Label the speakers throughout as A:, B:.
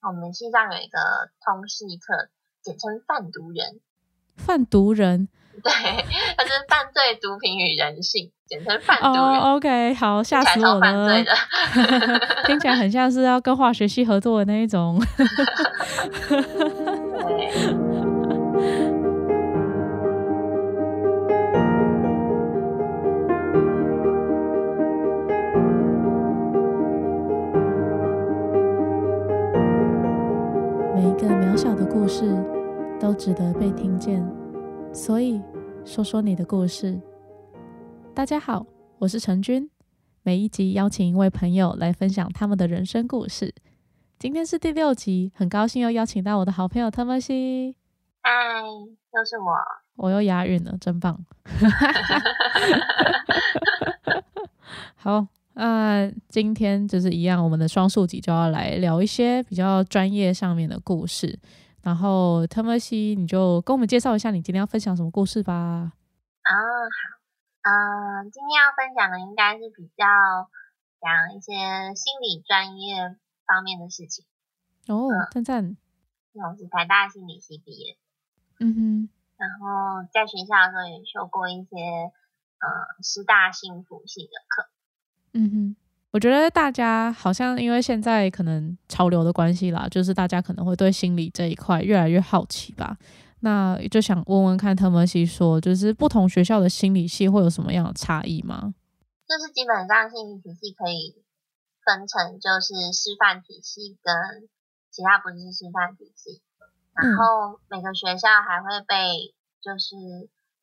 A: 我们西藏有一个通识课，简称贩毒人，
B: 贩毒人
A: 对，它是犯罪、毒品与人性，简称贩毒人。
B: 哦、o k 好，吓
A: 才
B: 死我
A: 超犯罪
B: 了
A: 的，，
B: 听起来很像是要跟化学系合作的那一种。
A: 对，
B: 每一个渺小的故事都值得被听见，所以说说你的故事。大家好，我是陈君。每一集邀请一位朋友来分享他们的人生故事。今天是第六集，很高兴又邀请到我的好朋友特莫西，
A: 嗨，又是我，哦
B: 我又押韵了，真棒。 好，那、今天就是一样，我们的双数集就要来聊一些比较专业上面的故事。然后，特莫西，你就跟我们介绍一下你今天要分享什么故事吧。
A: 啊，好，嗯，今天要分享的应该是比较讲一些心理专业方面的事情，
B: 哦，赞赞，
A: 因为我是台大心理系毕业，
B: 嗯
A: 然后在学校的时候也修过一些呃师大幸福系的课，
B: 哼，嗯哼。我觉得大家好像因为现在可能潮流的关系啦，就是大家可能会对心理这一块越来越好奇吧。那就想问问看特莫西说，就是不同学校的心理系会有什么样的差异吗？
A: 就是基本上心理体系可以分成就是师范体系跟其他不是师范体系，然
B: 嗯
A: 后每个学校还会被就是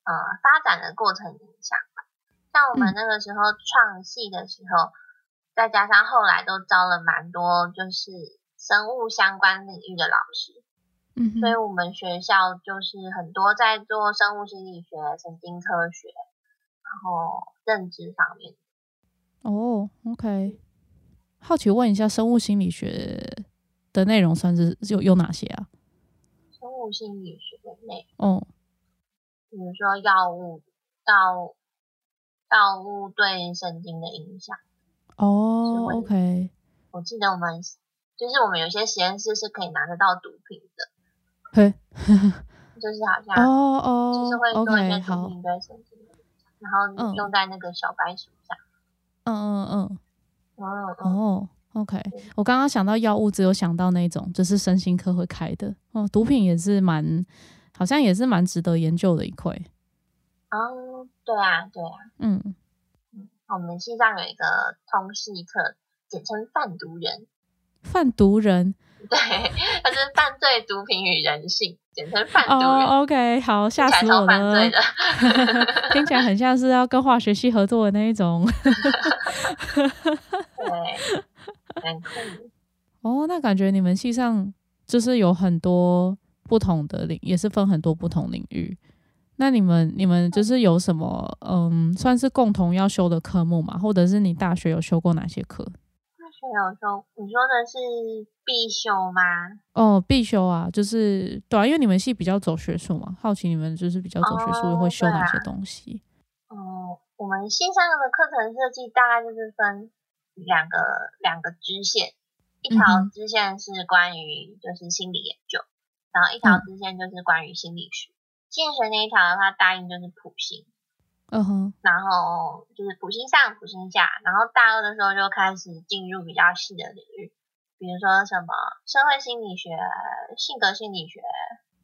A: 呃发展的过程影响吧。像我们
B: 嗯
A: 那个时候创系的时候，再加上后来都招了蛮多就是生物相关领域的老师，
B: 嗯哼
A: 所以我们学校就是很多在做生物心理学、神经科学，然后认知方面。
B: 哦，OK，好奇问一下，生物心理学的内容算是有有哪些啊？
A: 生物心理学的内容，
B: 哦，
A: 比如说药物、药药物对神经的影响。
B: 哦
A: 是会
B: ，OK，
A: 我记得我们就是我们有些实验室是可以拿得到毒品的，
B: 嘿，
A: 就是好像
B: 哦
A: 啊就是
B: 哦
A: 会做一
B: ，OK，
A: 些
B: 好
A: 毒，品对神经的影响，然后
B: 嗯
A: 用在那个小白鼠上。
B: 嗯嗯
A: 嗯
B: 嗯，
A: 嗯，
B: 哦，OK，我刚刚想到药物，只有想到那种就是身心科会开的，哦，毒品也是蛮，好像也是蛮值得研究的一块，
A: 哦，对啊，对啊，
B: 嗯，
A: 我们西藏有一个通识课，简称贩毒人，
B: 贩毒人，
A: 对，它是犯罪、毒品与人性，简称贩毒人。
B: 哦，OK，好，吓
A: 才
B: 死我
A: 超犯罪
B: 了
A: 的，，
B: 听起来很像是要跟化学系合作的那一种。
A: 对，很酷。
B: 哦，那感觉你们系上就是有很多不同的领，也是分很多不同领域。那你们你
A: 嗯
B: 们就是有什么嗯，算是共同要修的科目嘛？或者是你大学有修过哪些课？
A: 大学有说，你说的是必修吗？
B: 哦，必修啊，就是对啊，因为你们系比较走学术嘛，好奇你们就是比较走学术
A: 哦
B: 会修
A: 对
B: 哪
A: 啊
B: 些东西？
A: 嗯，我们线上的课程设计大概就是分两个两个支线，一条
B: 嗯哼
A: 支线是关于就是心理研究，然后一条
B: 嗯
A: 支线就是关于心理学。心理学那一条的话，大一就是普心，
B: 嗯哼，
A: 然后就是普心上、普心下，然后大二的时候就开始进入比较细的领域，比如说什么社会心理学、性格心理学，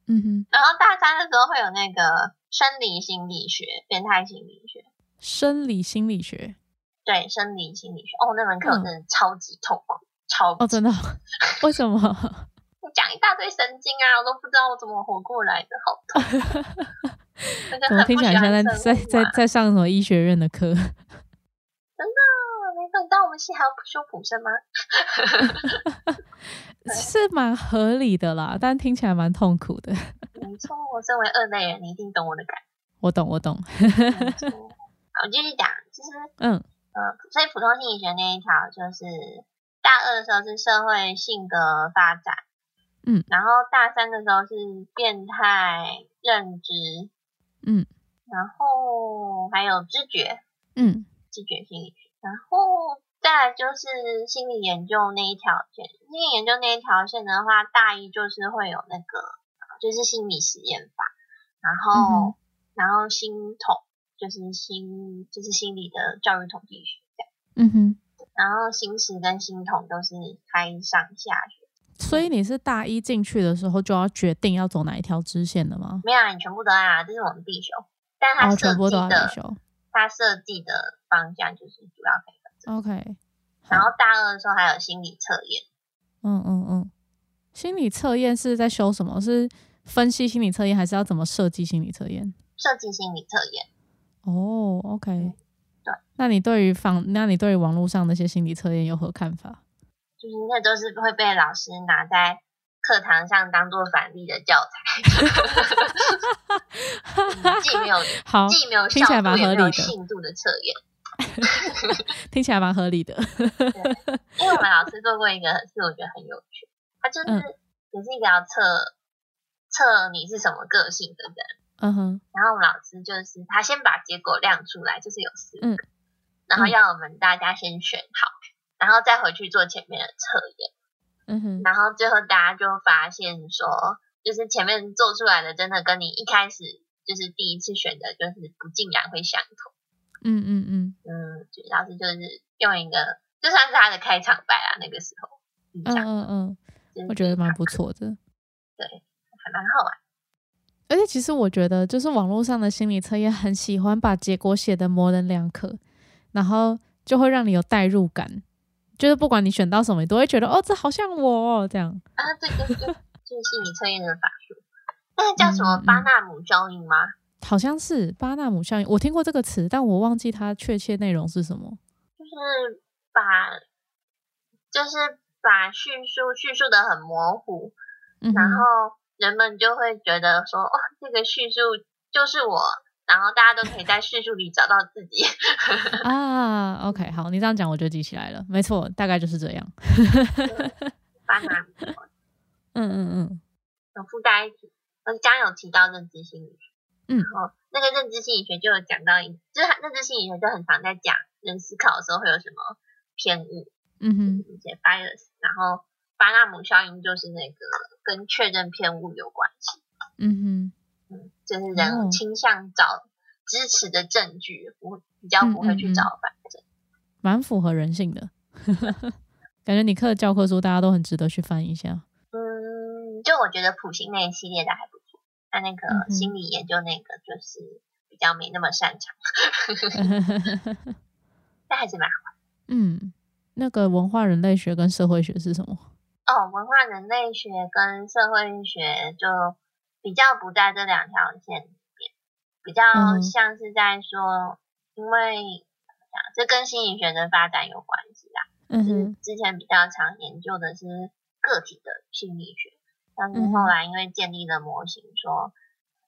B: 嗯哼，
A: 然后大三的时候会有那个生理心理学、变态心理学，
B: 生理心理学
A: 对，生理心理学。哦，那门课我
B: 嗯
A: 真的超级痛苦，超
B: 哦，
A: 级
B: 真的哦？为什么？
A: 我讲一大堆神经啊，我都不知道我怎么活过来的，好痛。 我就
B: 怎么
A: 很
B: 听
A: 不
B: 起来
A: 喜欢
B: 像
A: 生物
B: 在在在
A: 啊
B: 在上什么医学院的课？
A: 啊没想到我们系还要修普生吗？
B: 是蛮合理的啦，但听起来蛮痛苦的。
A: 没错，我身为二类人，你一定懂我的感
B: 我懂，我懂。
A: 没错好，我继续讲，就是
B: 嗯
A: 呃，所以普通心理学那一条就是大二的时候是社会性格发展，
B: 嗯，
A: 然后大三的时候是变态认知，
B: 嗯
A: 然后还有知觉，
B: 嗯
A: 知觉心理学，然后再来就是心理研究那一条线，心理研究那一条线的话，大一就是会有那个呃就是心理实验法，然后、
B: 嗯
A: 然后心统就是心就是心理的教育统计学这样，
B: 嗯哼，
A: 然后心实跟心统都是开上下学，
B: 所以你是大一进去的时候就要决定要走哪一条支线的吗？
A: 没有啊，你全部都要啊，这是我们必修，但它
B: 哦，
A: 设
B: 全部
A: 计
B: 都要
A: 的
B: 必修。
A: 它设计的方向就是主要可以，
B: OK，
A: 然后大二的时候还有心理测验。
B: 嗯嗯嗯，心理测验是在修什么？是分析心理测验，还是要怎么设计心理测验？
A: 设计心理测验，
B: 哦，OK，
A: 对。
B: 那你对于仿，那你对于网络上那些心理测验有何看法？
A: 就是那都是会被老师拿在课堂上当做反例的 教材，既没有
B: 好，
A: 既没有
B: 听起来
A: 效
B: 蛮
A: 度，也
B: 合
A: 没
B: 理的
A: 有信度的测验。
B: 听起来蛮合理的。
A: 因为我们老师做过一个是我觉得很有趣，他就是
B: 嗯
A: 也是一个要测测你是什么个性的人，
B: 嗯哼，
A: 然后我们老师就是他先把结果亮出来，就是有四个，
B: 嗯
A: 然后
B: 嗯
A: 要我们大家先选好，然后再回去做前面的测验。
B: 嗯哼，
A: 然后最后大家就发现说，就是前面做出来的真的跟你一开始就是第一次选的，就是不尽然会相同。
B: 嗯嗯嗯
A: 嗯，就老师就是用一个，就算是他的开场白啊，那个时候，嗯
B: 嗯嗯嗯，我觉得蛮不错的。
A: 还蛮好玩。
B: 而且其实我觉得，就是网络上的心理测验很喜欢把结果写的模棱两可，然后就会让你有代入感，就是不管你选到什么，你都会觉得哦，这好像我、哦、这样。
A: 啊，对对对，就是心理测验的法术，那个叫什么
B: 嗯嗯
A: 巴纳姆效应吗？
B: 好像是巴纳姆效应，我听过这个词，但我忘记它确切内容是什么。
A: 就是把，就是把叙述叙述的很模糊，
B: 嗯哼
A: 然后人们就会觉得说，哇、这个叙述就是我，然后大家都可以在叙述里找到自己。
B: 啊，OK，好，你这样讲我就记起来了，没错，大概就是这样。
A: 巴拿
B: 嗯嗯嗯，
A: 有附带一题，我刚刚有提到认知心理学，
B: 嗯
A: 然后那个认知心理学就有讲到一，就是它认知心理学就很常在讲人思考的时候会有什么偏误，
B: 嗯哼，
A: 一些 bias，然后巴纳姆效应就是那个跟确认偏误有关系，
B: 嗯
A: 就是
B: 哦
A: 人倾向找支持的证据，不比较不会
B: 嗯嗯
A: 去
B: 嗯
A: 找反证。
B: 哼，蛮符合人性的， 感觉你课的教科书大家都很值得去翻一下。
A: 嗯，就我觉得普行那一系列的还不错，但那
B: 嗯
A: 个
B: 哼
A: 心理研究那个就是比较没那么擅长，但还是蛮好。
B: 嗯，那个文化人类学跟社会学是什么？
A: 哦，文化人类学跟社会学就比较不在这两条线里面，比较
B: 嗯
A: 像是在说，因为怎么讲这跟心理学的发展有关系啦。就
B: 嗯
A: 是
B: 哼，
A: 之前比较常研究的是个体的心理学，但是
B: 嗯哼
A: 后来因为建立了模型说，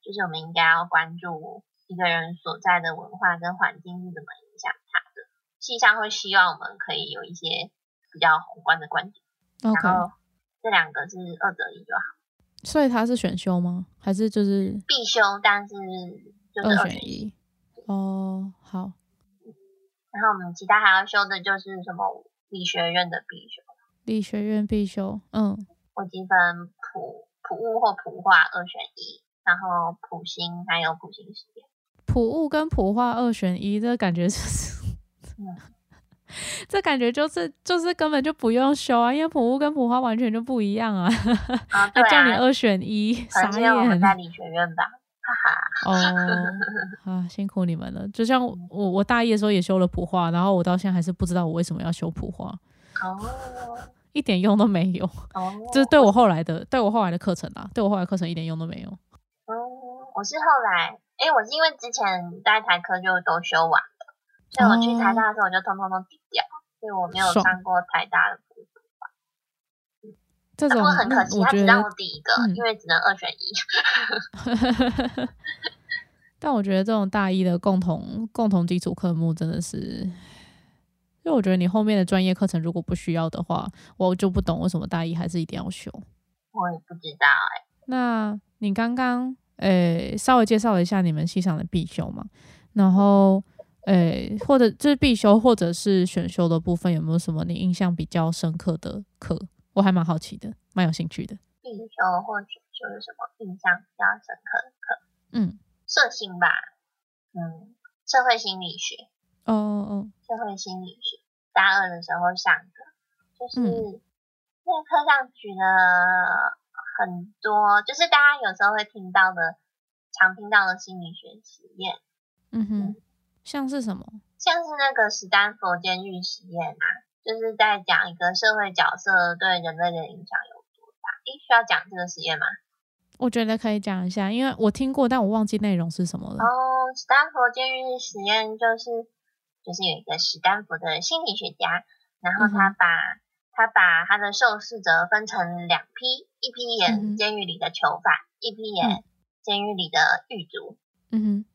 A: 就是我们应该要关注一个人所在的文化跟环境是怎么影响他的，系上会希望我们可以有一些比较宏观的观点，然
B: OK，
A: 后这两个是二择一就好，
B: 所以它是选修吗？还是就是
A: 必修，但是就是
B: 二
A: 二
B: 选一？哦，好，
A: 然后我们其他还要修的就是什么理学院的必修，
B: 理学院必修。嗯
A: 微积分、普普物或普化二选一，然后普心还有普心实验。
B: 普物跟普化二选一，这感觉就是
A: 嗯，
B: 这感觉就是就是根本就不用修啊，因为普物跟普化完全就不一样啊，
A: 啊，对
B: 还 叫你
A: 啊，
B: 二选一，
A: 可能
B: 傻
A: 是因为我们
B: 眼
A: 在理学院吧，哈哈。
B: 哦啊，辛苦你们了。就像
A: 嗯
B: 我我大一的时候也修了普化，然后我到现在还是不知道我为什么要修普化，
A: 哦
B: 一点用都没有。
A: 哦，
B: 这是对我后来的对我后来的课程啊，对我后来课程一点用都没有。
A: 嗯，我是后来，诶，我是因为之前在台科就都修完了，所以我去台
B: 哦
A: 大的时候我就通通都抵掉，所以我没有
B: 爽
A: 上过台大的补习。
B: 这
A: 不
B: 种
A: 过很
B: 那
A: 可惜，
B: 我
A: 他
B: 觉
A: 只让我
B: 得，
A: 第一个，
B: 嗯
A: 因为只能二选一。
B: 但我觉得这种大一的共同共同基础科目真的是，因为我觉得你后面的专业课程如果不需要的话，我就不懂为什么大一还是一定要修。
A: 我也不知道诶，
B: 那你刚刚呃稍微介绍了一下你们系上的必修嘛，然后诶，或者就是必修或者是选修的部分，有没有什么你印象比较深刻的课？我还蛮好奇的，蛮有兴趣的。
A: 必修或选修有什么印象比较深刻的课？
B: 嗯，
A: 社心吧，嗯，社会心理学，
B: 哦哦，
A: 社会心理学，大二的时候上的，就是
B: 嗯
A: 那个课上举了很多，就是大家有时候会听到的，常听到的心理学实验，
B: 嗯哼，像是什么？
A: 像是那个史丹佛监狱实验啊，就是在讲一个社会角色对人类的影响有多大。诶，需要讲这个实验吗？
B: 我觉得可以讲一下，因为我听过，但我忘记内容是什么了。
A: 然后哦史丹佛监狱实验就是就是有一个史丹佛的心理学家，然后他
B: 嗯
A: 把、他把他的受试者分成两批，一批
B: 嗯
A: 演
B: 哼
A: 监狱里的囚犯，一批演监狱里的狱卒。
B: 嗯哼，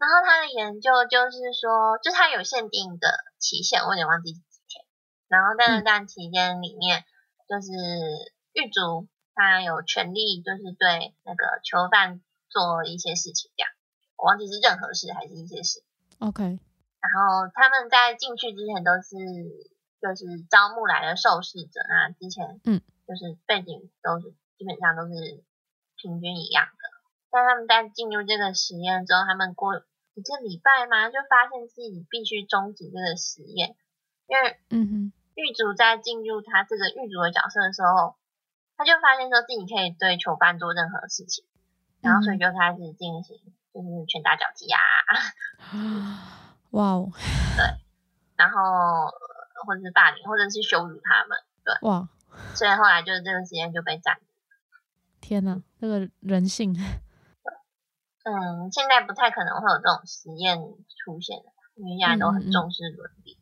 A: 然后他的研究就是说，就是他有限定的期限，我有点忘记几天。然后在那
B: 嗯
A: 段期间里面，就是狱卒他有权利，就是对那个囚犯做一些事情，这样我忘记是任何事还是一些事。
B: OK，
A: 然后他们在进去之前都是就是招募来的受试者啊，之前
B: 嗯
A: 就是背景都是基本上都是平均一样的。但他们在进入这个实验之后，他们过一个礼拜嘛，就发现自己必须终止这个实验，因为
B: 嗯哼，
A: 狱卒在进入他这个狱卒的角色的时候，他就发现说自己可以对囚犯做任何事情，然后所以就开始进行就是拳打脚踢啊，
B: 哇哦，
A: 然后呃或者是霸凌，或者是羞辱他们，
B: 哇，
A: 所以后来就是这个实验就被暂停。
B: 天哪，那个人性，
A: 嗯，现在不太可能会有这种实验出现了，因为现在都
B: 嗯
A: 很
B: 嗯嗯
A: 重视伦理，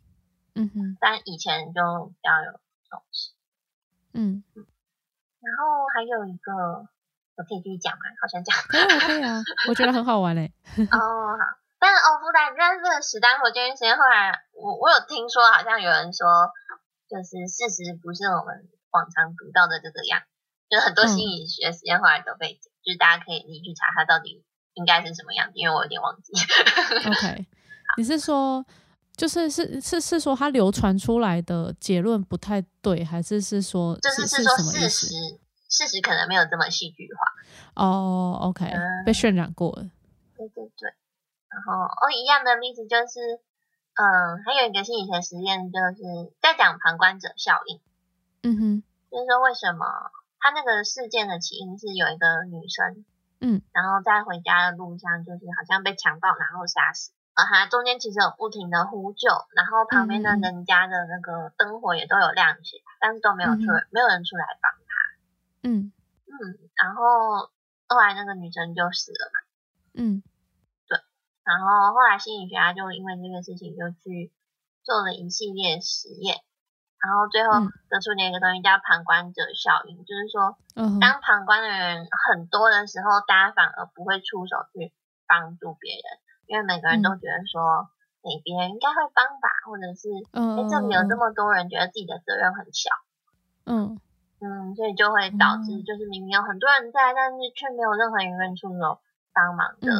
B: 嗯哼，
A: 但以前就比较有重视。
B: 嗯，
A: 然后还有一个，我可以继续讲吗？好想讲
B: 可以啊，可以啊，我觉得很好玩欸嘞、
A: 哦，好。但是哦，复旦，但是这个史丹佛监狱实验后来，我我有听说，好像有人说，就是事实不是我们往常读到的这个样，就是很多
B: 嗯
A: 心理学实验后来都被，就是大家可以你去查它到底应该是什么样子，因为我有点忘记。
B: OK，你是说，就是是是是说它流传出来的结论不太对，还是是说
A: 就是
B: 是
A: 是说
B: 什么意
A: 事
B: 思？
A: 实，事实可能没有这么戏剧化。
B: 哦，OK，、
A: 嗯
B: 被渲染过了。
A: 对对对。然后哦，一样的例子就是，嗯，还有一个心理学实验就是在讲旁观者效应，
B: 嗯哼，
A: 就是说为什么他那个事件的起因是有一个女生，
B: 嗯，
A: 然后在回家的路上就是好像被强暴然后杀死。啊，她中间其实有不停的呼救，然后旁边的
B: 嗯嗯嗯
A: 人家的那个灯火也都有亮起来，但是都没有出来，没有人出来帮。
B: 嗯
A: 嗯，然后后来那个女生就死了。
B: 嗯
A: 然后后来心理学家就因为这个事情就去做了一系列实验，然后最后
B: 嗯
A: 得出了一个东西叫旁观者效应，就是说
B: 嗯哼
A: 当旁观的人很多的时候，大家反而不会出手去帮助别人，因为每个人都
B: 嗯
A: 觉得说，诶、别人应该会帮吧，或者是诶、
B: 嗯，
A: 这里有这
B: 嗯
A: 么多人觉得自己的责任很小。
B: 嗯
A: 嗯，所以就会导致
B: 嗯
A: 就是明明有很多人在，但是却没有任何一个人出手帮忙的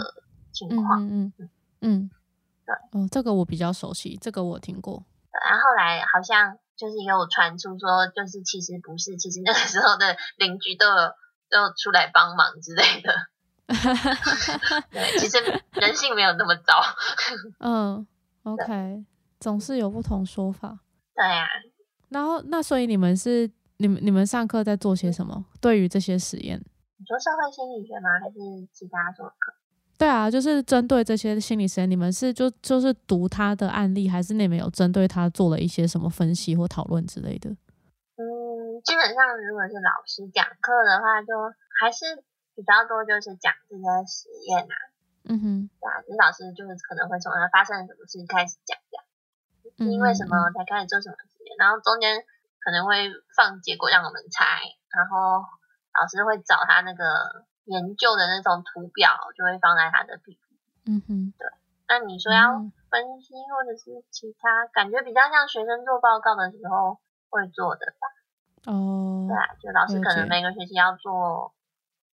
A: 情
B: 嗯
A: 况。
B: 嗯嗯嗯，
A: 对
B: 哦，这个我比较熟悉，这个我听过。
A: 然后后来好像就是也有传出说，就是其实不是，其实那个时候的邻居都有都有出来帮忙之类的。对，其实人性没有那么糟。
B: 嗯，OK，总是有不同说法。
A: 对呀、啊，
B: 然后，那所以你们是你们你们上课在做些什么？对于这些实验？
A: 你说社会心理学吗？还是其他什么课？
B: 对啊，就是针对这些心理实验，你们是就就是读他的案例，还是你们有针对他做了一些什么分析或讨论之类的？
A: 嗯，基本上如果是老师讲课的话，就还是比较多就是讲这些实验啊，
B: 嗯哼，
A: 对啊，就是老师就是可能会从他发生了什么事开始讲这样。
B: 嗯
A: 因为什么才开始做什么实验，然后中间可能会放结果让我们猜，然后老师会找他那个研究的那种图表，就会放在他的 PPT。
B: 嗯哼，
A: 那你说
B: 对
A: 要分析或者是其他，感觉比较像学生做报告的时候会做的吧？
B: 哦
A: 对，啊，就老师
B: 了
A: 可能
B: 解
A: 每个学期要做，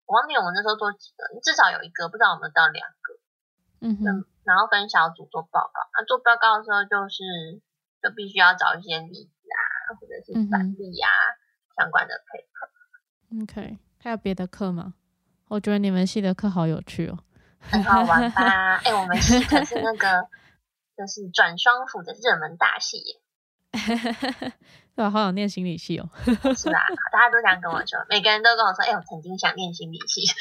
A: 我忘记我们那时候做几个，至少有一个，不知道有没有到两个，
B: 嗯哼，
A: 然后跟小组做报告。那、做报告的时候，就是就必须要找一些例子啊，或者是反例啊、相关的配合。
B: 嗯 OK，还有别的课吗？我觉得你们系的课好有趣哦。
A: 很好玩吧？哎、我们系可是那个就是转双辅的热门大戏耶，
B: 对啊，好想念心理系哦。
A: 是吧？大家都这样跟我说，每个人都跟我说，哎、我曾经想念心理系，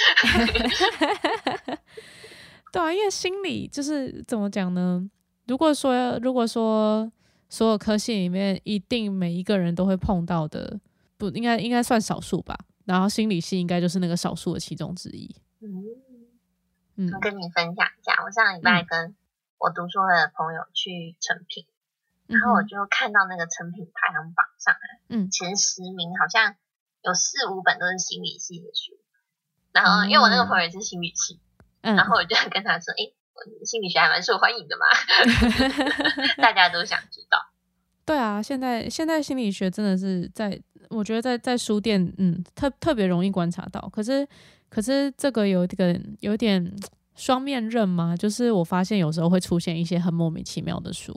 B: 对啊，因为心理就是怎么讲呢？如果说如果说所有科系里面一定每一个人都会碰到的，不应该应该算少数吧？然后心理系应该就是那个少数的其中之一。
A: 嗯。
B: 嗯，
A: 我跟你分享一下，我上礼拜跟我读书会的朋友去成品，
B: 然
A: 然后我就看到那个成品排行榜上，
B: 嗯
A: 前十名好像有四五本都是心理系的书。然后，因为我那个朋友也是心理系，
B: 嗯
A: 然后我就跟他说：“诶，我心理学还蛮受欢迎的嘛， 大家都想知道。
B: 对啊，现在现在心理学真的是在，我觉得在在书店，嗯，特特别容易观察到。可是可是这个有一个有点双面刃嘛，就是我发现有时候会出现一些很莫名其妙的书，”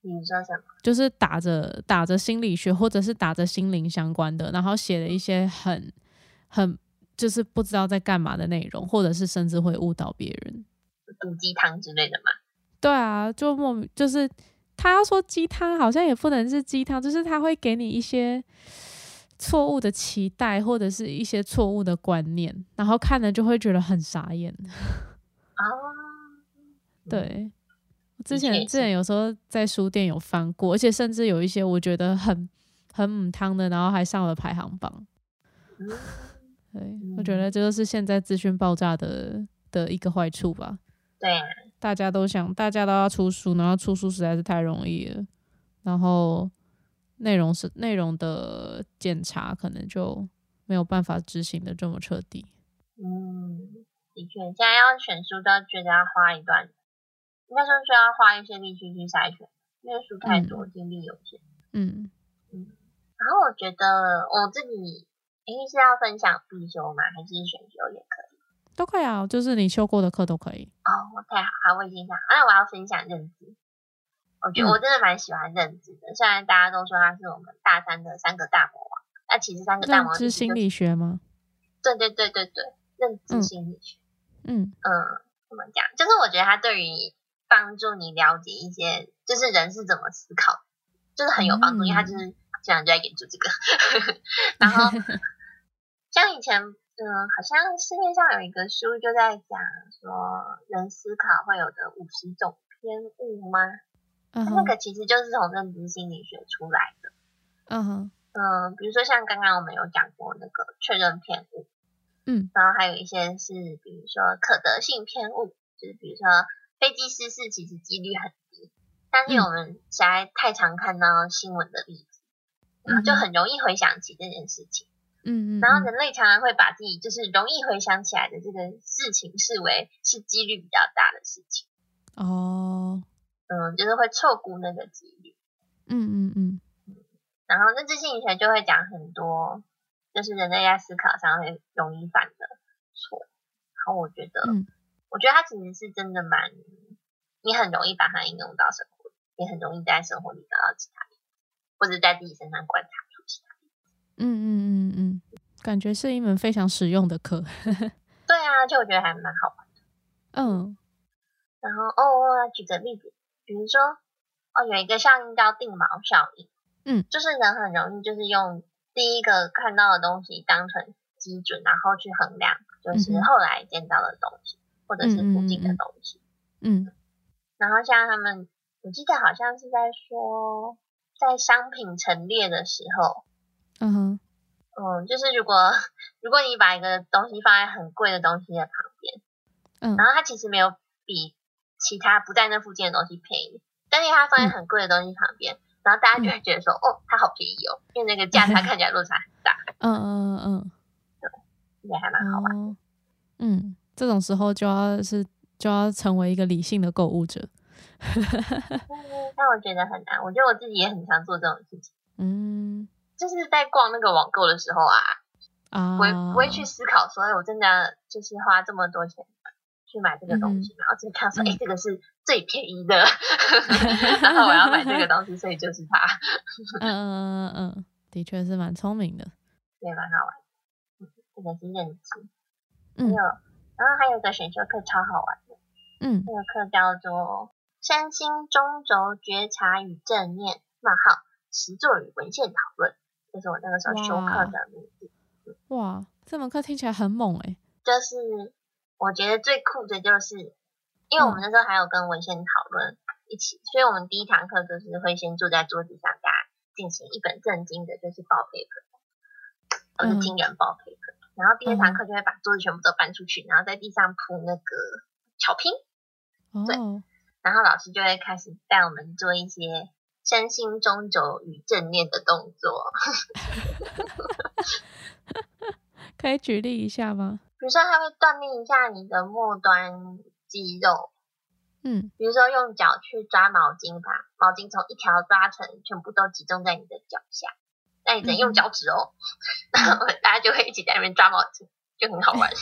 A: 比如说什么？
B: 就是打着打着心理学或者是打着心灵相关的，然后写了一些很很就是不知道在干嘛的内容，或者是甚至会误导别人。
A: 毒鸡汤之类的嘛？
B: 对啊，就莫名就是他要说鸡汤，好像也不能是鸡汤，就是他会给你一些错误的期待，或者是一些错误的观念，然后看了就会觉得很傻眼。
A: 哦，
B: 对，我之
A: 的
B: 前
A: 确
B: 之前有时候在书店有翻过，而且甚至有一些我觉得很很母汤的，然后还上了排行榜。
A: 嗯
B: 对，我觉得这就是现在资讯爆炸的的一个坏处吧。
A: 对啊，
B: 大家都想，大家都要出书，然后出书实在是太容易了，然后内容是内容的检查可能就没有办法执行的这么彻底。
A: 嗯，的确，现在要选书都觉得要花一段，应该说需要花一些力气去筛选，因为书太多，精力有限。
B: 嗯，
A: 然后我觉得我自己，诶，是要分享必修吗？还是选修也可以？
B: 都可以啊，就是你修过的课都可以。
A: 哦，我太好，好，我已经想，那我要分享认知。我觉得
B: 嗯
A: 我真的蛮喜欢认知的，虽然大家都说他是我们大三的三个大魔王，那其实三个大
B: 认
A: 魔王其实就
B: 知心
A: 是
B: 理学吗？
A: 对对对对对，认知
B: 嗯
A: 心理学。
B: 嗯
A: 嗯，怎么讲？就是我觉得他对于帮助你了解一些，就是人是怎么思考的，就是很有帮助，因为他
B: 嗯
A: 就是经常就在研究这个。 然 后像以前，嗯，好像市面上有一个书就在讲说人思考会有的五十种偏误吗？
B: 嗯
A: 那
B: 哼
A: 个其实就是从认知心理学出来的。
B: 嗯哼
A: 嗯，比如说像刚刚我们有讲过那个确认偏误，
B: 嗯，
A: 然后还有一些是比如说可得性偏误，就是比如说飞机失事其实几率很低，但
B: 嗯
A: 是因为我们实在太常看到新闻的例子，然后就
B: 嗯哼
A: 很容易回想起这件事情。
B: 嗯嗯，
A: 然后
B: 嗯
A: 人类常常会把自己就是容易回想起来的这个事情视为是几率比较大的事情，
B: 哦，
A: 嗯，就是会错估那个几率。
B: 嗯嗯嗯
A: 然后认知心理学就会讲很多，就是人类在思考上会容易犯的错。然后我觉得，
B: 嗯
A: 我觉得它其实是真的蛮，你很容易把它应用到生活，也很容易在生活里找到其他，或者在自己身上观察出其他。
B: 嗯嗯嗯嗯，感觉是一门非常实用的课。
A: 对啊，就我觉得还蛮好玩。
B: 嗯
A: 然后哦，我要举个例子，比如说哦，有一个效应叫定锚效应，
B: 嗯，
A: 就是人很容易就是用第一个看到的东西当成基准，然后去衡量就是
B: 嗯哼
A: 后来见到的东西、或者是附近的东西。
B: 嗯
A: 然后像他们，我记得好像是在说，在商品陈列的时候，
B: 嗯哼
A: 嗯，就是如果如果你把一个东西放在很贵的东西的旁边，
B: 嗯
A: 然后它其实没有比其他不在那附近的东西便宜，但是它放在很贵的东西旁边，然后大家就会觉得说，哦，它好便宜哦，因为那个价差看起来落差很大，
B: 嗯嗯嗯。
A: 也还蛮好玩。
B: 哦。嗯，这种时候就要是就要成为一个理性的购物者。
A: 嗯但我觉得很难，我觉得我自己也很常做这种事情，
B: 嗯
A: 就是在逛那个网购的时候啊，
B: 啊，
A: 我也不会去思考说，哎，我真的就是花这么多钱去买这个东西嘛，然后就看说，哎、
B: 嗯
A: 这个是最便宜 的，然后我要买这个东西，所以就是它，
B: 嗯嗯嗯嗯，的确是蛮聪明的。
A: 对，蛮好玩的。嗯这个是认知，还
B: 嗯
A: 有，然后还有一个选修课超好玩的，
B: 嗯
A: 这个课叫做《身心中轴觉察与正念》冒号实作与文献讨论，这是我那个时候修课的名字。
B: 哇，这门课听起来很猛哎、
A: 就是我觉得最酷的就是，因为我们那时候还有跟文献讨论一起，所以我们第一堂课就是会先坐在桌子上，大家进行一本正经的，就是报 paper，或是金人报 paper。然后第二堂课就会把桌子全部都搬出去，然后在地上铺那个巧拼，
B: 哦，
A: 然后老师就会开始带我们做一些身心中轴与正念的动作。
B: 可以举例一下吗？
A: 比如说，他会锻炼一下你的末端肌肉，
B: 嗯
A: 比如说用脚去抓毛巾，把毛巾从一条抓成全部都集中在你的脚下，那你只能用脚趾哦， 然后大家就会一起在那边抓毛巾，就很好玩。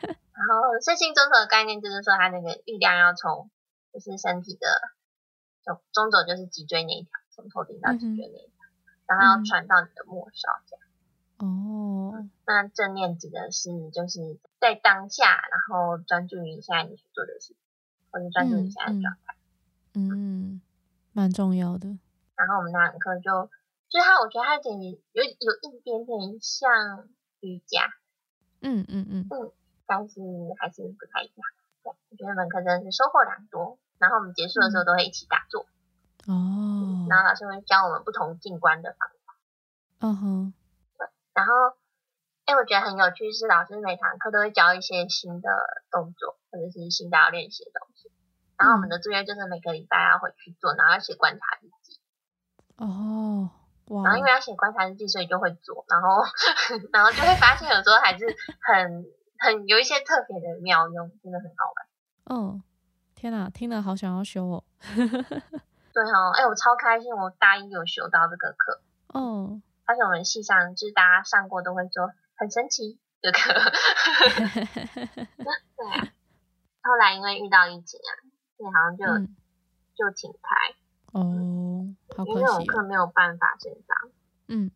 A: 然后身心中轴的概念就是说，它那个力量要从就是身体的中中轴就是脊椎那一条，从头顶到脊椎那一条，然后要传到你的末梢这样。
B: 哦
A: 那正念指的是就是在当下，然后专注于你现在你所做的事，或者专注于你现在的状态。
B: 嗯，蛮重要的。
A: 然后我们那堂课就就是它，我觉得它有点有有一点点像瑜伽，
B: 嗯嗯嗯
A: 但是还是不太一样。对，我觉得那门课真的是收获良多。然后我们结束的时候都会一起打坐，
B: 哦，
A: 然后老师会教我们不同静观的方法。
B: 嗯哼，
A: 然后，哎，我觉得很有趣是老师每堂课都会教一些新的动作或者是新的要练习的东西。然后我们的作业就是每个礼拜要回去做，然后要写观察日记。
B: 哦，哇
A: 然，后因为要写观察日记，所以就会做，然后 然后就会发现有时候还是很很有一些特别的妙用，真的很好玩。
B: 嗯，天哪、听了好想要修哦。
A: 对哦，哎，我超开心，我大一有修到这个课，
B: 哦，
A: 而且我们系上就是大家上过都会说很神奇这个课。 对啊，后来因为遇到疫情啊，所以好像就、
B: 嗯，
A: 就停开，
B: 哦，
A: 因
B: 好可
A: 为那种
B: 惜哦、
A: 课没有办法线上，
B: 嗯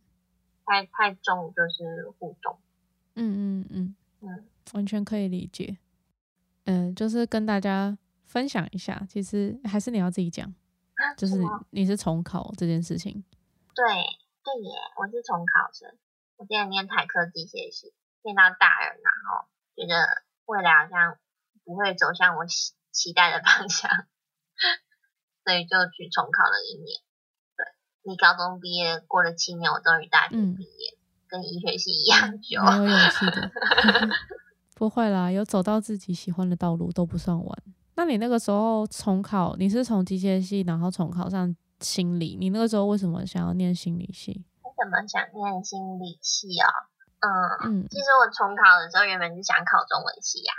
A: 太太重就是互动。
B: 嗯嗯嗯
A: 嗯，
B: 完全可以理解。嗯，就是跟大家分享一下，其实还是你要自己讲，就是
A: 什么
B: 你是重考这件事情。
A: 对对耶，我是重考生，我之前念台科机械系，念到大二，然后觉得未来好像不会走向我期期待的方向， 所以就去重考了一年。对，离高中毕业过了七年，我终于大学
B: 嗯
A: 毕业，跟医学系一样久。
B: 哦没有勇气 的。不会啦，有走到自己喜欢的道路都不算晚。那你那个时候重考，你是从机械系，然后重考上心理，你那个时候为什么想要念心理系？
A: 为什么想念心理系哦？嗯，
B: 嗯
A: 其实我重考的时候原本是想考中文系呀、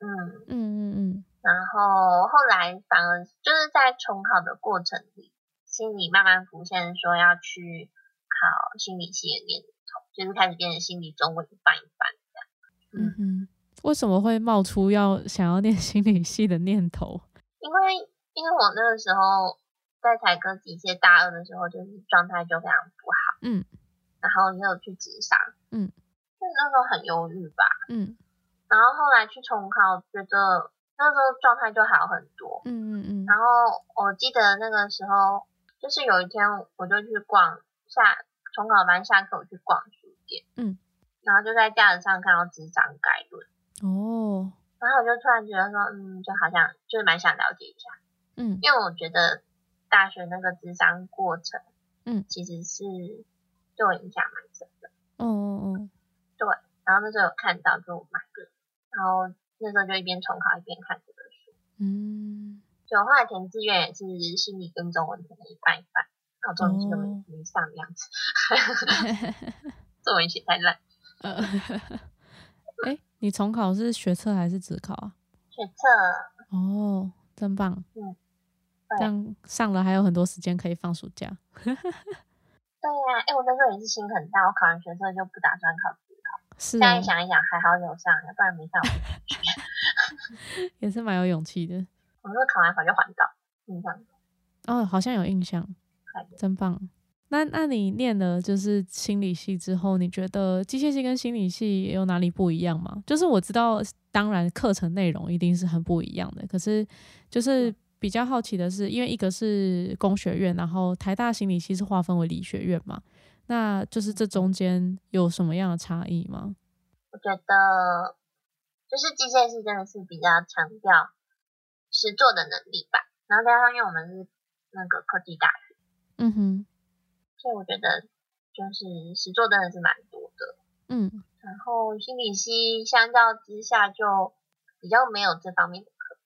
A: 嗯，
B: 嗯嗯
A: 然后后来反而就是在重考的过程里，心里慢慢浮现说要去考心理系的念头，就是开始变成心理中文一半一半。
B: 嗯嗯哼，为什么会冒出要想要念心理系的念头？
A: 因为因为我那个时候在台科机械大二的时候，就是状态就非常不好，
B: 嗯
A: 然后也有去职商，
B: 嗯，
A: 就是那时候很忧郁吧，
B: 嗯
A: 然后后来去重考，觉得那时候状态就好很多。
B: 嗯嗯嗯
A: 然后我记得那个时候，就是有一天我就去逛下重考班下课，我去逛书店，
B: 嗯，
A: 然后就在架子上看到职场概论，
B: 哦
A: 然后我就突然觉得说，嗯，就好像就是蛮想了解一下，
B: 嗯
A: 因为我觉得大学那个职商过程，
B: 嗯
A: 其实是对我影响蛮深的。
B: 哦哦
A: 然后那时候有看到就买了，然后那时候就一边重考一边看这本书。
B: 嗯
A: 就啊后来填志愿也是心理跟中文可能一半一半，然后中文系都没
B: 哦
A: 没上的样子， 作文写太烂，
B: 呃，哎、你重考是学测还是职考啊？
A: 学测
B: 哦，真棒！
A: 嗯对
B: 这样上了还有很多时间可以放暑假。
A: 啊对呀、哎、我那时候也是心很大，我考完学测就不打算考职考，
B: 是
A: 现在
B: 哦
A: 想一想，还好有上，要不然没上我就不去。
B: 也是蛮有勇气的。
A: 我们考完考就环岛，嗯印象
B: 哦，好像有印象，
A: 快点。
B: 真棒。那那你念了就是心理系之后，你觉得机械系跟心理系有哪里不一样吗？就是我知道，当然课程内容一定是很不一样的，可是
A: 嗯
B: 就是比较好奇的是，因为一个是工学院，然后台大心理系是划分为理学院嘛，那就是
A: 嗯
B: 这中间有什么样的差异吗？
A: 我觉得就是机械系真的是比较强调实作的能力吧，然后加上因为我们是那个科技大学，
B: 嗯哼，
A: 所以我觉得就是实作真的是蛮多的。
B: 嗯
A: 然后心理系相较之下就比较没有这方面的课，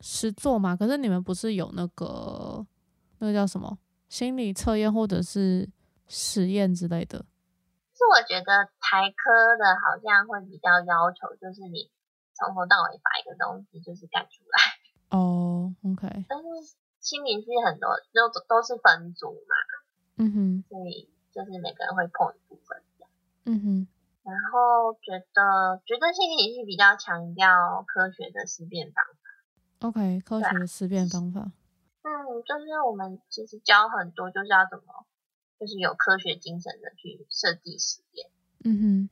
B: 实作嘛，可是你们不是有那个那个叫什么心理测验或者是实验之类的？
A: 是我觉得台科的好像会比较要求，就是你从头到尾把一个东西就是干出来，
B: 哦，OK，
A: 但是心理系很多就都是分组嘛，
B: 嗯哼，
A: 所以就是每个人会碰一部分。
B: 嗯哼，
A: 然后觉得觉得心理系比较强调科学的思辨方法。
B: ，OK，科
A: 对啊
B: 学的思辨方法，
A: 嗯，就是我们其实教很多，就是要怎么，就是有科学精神的去设计实验。
B: 嗯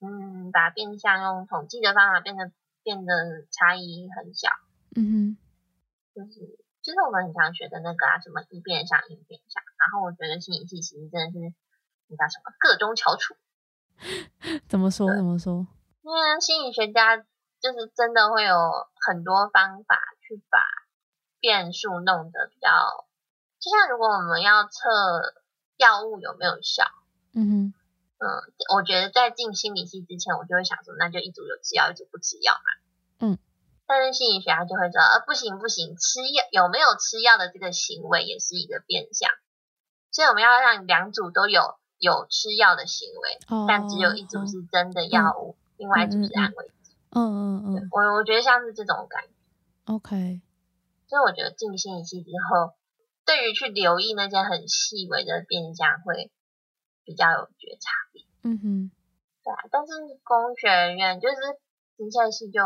A: 嗯，把变相用统计的方法变得变得差异很小，
B: 哼，嗯
A: 就是就是我们很常学的那个啊，什么一变相一变相。然后我觉得心理系其实真的是你叫什么各中翘楚，
B: 哼，怎么说？怎么说？
A: 因为心理学家就是真的会有很多方法去把变数弄得比较，就像如果我们要测药物有没有效，
B: 嗯
A: 嗯，我觉得在进心理系之前，我就会想说，那就一组有吃药，一组不吃药嘛。
B: 嗯。
A: 但是心理学家就会说，呃，不行不行，吃药有没有吃药的这个行为也是一个变相，所以我们要让两组都有有吃药的行为，
B: 哼，哦，嗯
A: 但只有一
B: 好
A: 组，是真的药物，另外一组是安慰剂。
B: 嗯嗯嗯
A: 我我觉得像是这种感觉，
B: ，OK，
A: 所以我觉得进心理系之后，对于去留意那些很细微的变相会比较有觉察力，
B: 嗯哼，
A: 对啊。但是工学院就是机械系就，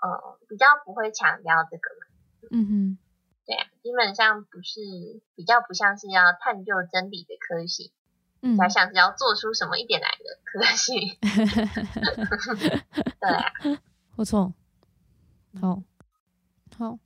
A: 呃，比较不会强调这个嘛，
B: 嗯哼，
A: 对啊，基本上不是比较不像是要探究真理的科系，
B: 嗯
A: 比较像是要做出什么一点来的科系， 对啊，
B: 不错，好，好，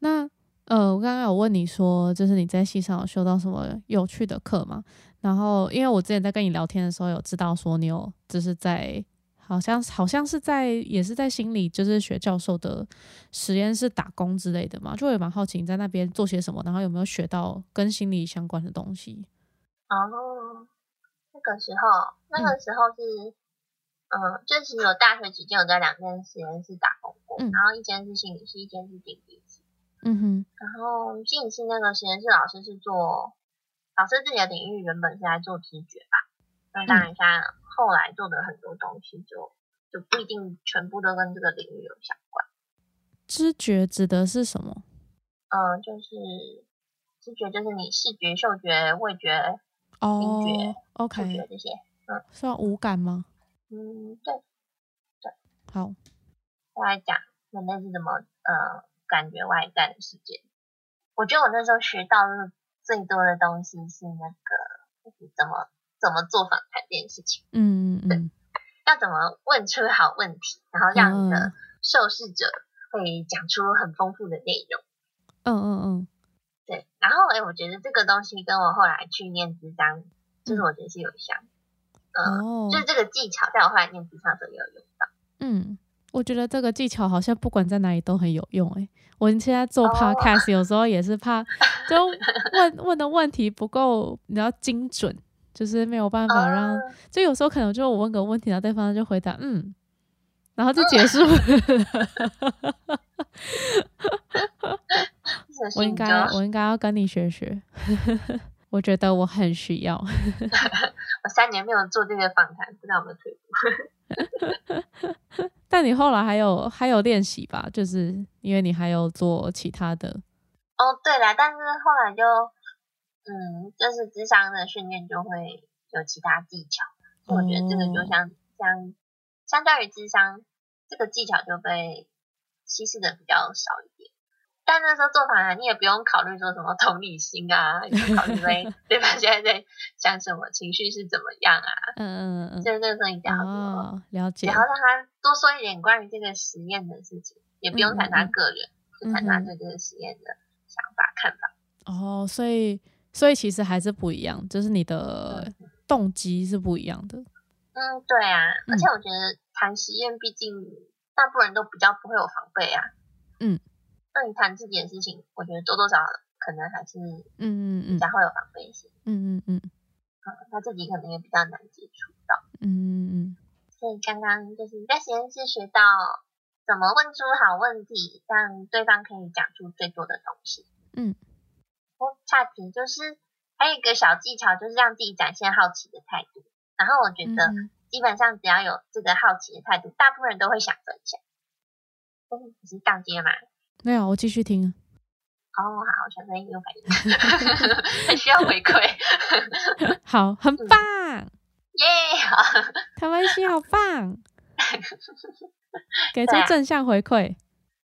B: 那呃，我刚刚有问你说，就是你在系上有修到什么有趣的课吗？然后，因为我之前在跟你聊天的时候，有知道说你有就是在好像好像是在也是在心理就是学教授的实验室打工之类的嘛，就也蛮好奇你在那边做些什么，然后有没有学到跟心理相关的东西？
A: 哦，那个时候，那个时候是，嗯，就其实我大学期间有在两间实验室打工过，
B: 嗯
A: 然后一间是心理系，一间是心理系。
B: 嗯哼，
A: 然后心理系那个实验室老师是做，老师自己的领域原本是在做知觉吧，那当然像后来做的很多东西就就不一定全部都跟这个领域有相关。
B: 知觉指的是什么？
A: 嗯，就是知觉就是你视觉、嗅觉、味觉、
B: 哦
A: 触
B: ，OK，
A: 觉这些，
B: 算无感吗？
A: 嗯，对。
B: 好，
A: 在讲人类是怎么呃感觉外在的世界。我觉得我那时候学到的最多的东西是那个就是怎么怎么做访谈这件事情，
B: 嗯嗯嗯。
A: 要怎么问出好问题，然后让你
B: 嗯
A: 的受试者会讲出很丰富的内容。
B: 嗯嗯嗯，
A: 对，然后哎、我觉得这个东西跟我后来去念智商，就是我觉得是有相，嗯、
B: 哦
A: 就是这个技巧在我后来念智商的时候也有用到。
B: 嗯，我觉得这个技巧好像不管在哪里都很有用诶、我现在做
A: 哦
B: podcast 有时候也是怕，就问问的问题不够，你要精准，就是没有办法让，
A: 嗯
B: 就有时候可能就我问个问题，然后对方就回答嗯，然后
A: 哦
B: 就结束了。
A: 这是
B: 我应
A: 你就
B: 该我应该要跟你学学， 我觉得我很需要。
A: 我三年没有做这个访谈，不知道有没有退步。
B: 但你后来还有还有练习吧，就是因为你还有做其他的，
A: 哦，对啦，但是后来就，
B: 哦
A: 嗯，就是智商的训练就会有其他技巧，所以我觉得这个就像相相较于智商，这个技巧就被稀释的比较少一点。但那时候做访谈，你也不用考虑说什么同理心啊，也不用考虑 说对方现在在想什么，情绪是怎么样啊。
B: 嗯嗯嗯嗯，
A: 就是那时候你只要说，
B: 哦，了
A: 只
B: 解
A: 要，让他多说一点关于这个实验的事情，也不用谈他
B: 嗯嗯嗯嗯
A: 个人，就谈他对这个实验的想法、看法。
B: 哦，所以所以其实还是不一样，就是你的动机是不一样的。
A: 嗯，对啊，
B: 嗯
A: 而且我觉得谈实验，毕竟大部分人都比较不会有防备啊。
B: 嗯，
A: 那你谈自己的事情，我觉得多多少少可能还是
B: 嗯
A: 比
B: 嗯嗯
A: 较会有防备心，
B: 嗯嗯嗯
A: 嗯，他自己可能也比较难接触到。
B: 嗯嗯
A: 所以刚刚就是在实验室学到怎么问出好问题，让对方可以讲出最多的东西。
B: 嗯，
A: 我差题就是还有一个小技巧，就是让自己展现好奇的态度。然后我觉
B: 嗯
A: 得
B: 嗯，
A: 基本上只要有这个好奇的态度，大部分人都会想分享。嗯，你是当街嘛？
B: 没有，我继续听。啊
A: 哦，好，我想说有反应， 很需要回馈，
B: 好，很
A: 嗯
B: 棒，
A: 耶、好，
B: 台湾心好 棒，给出
A: 对啊
B: 正向回馈。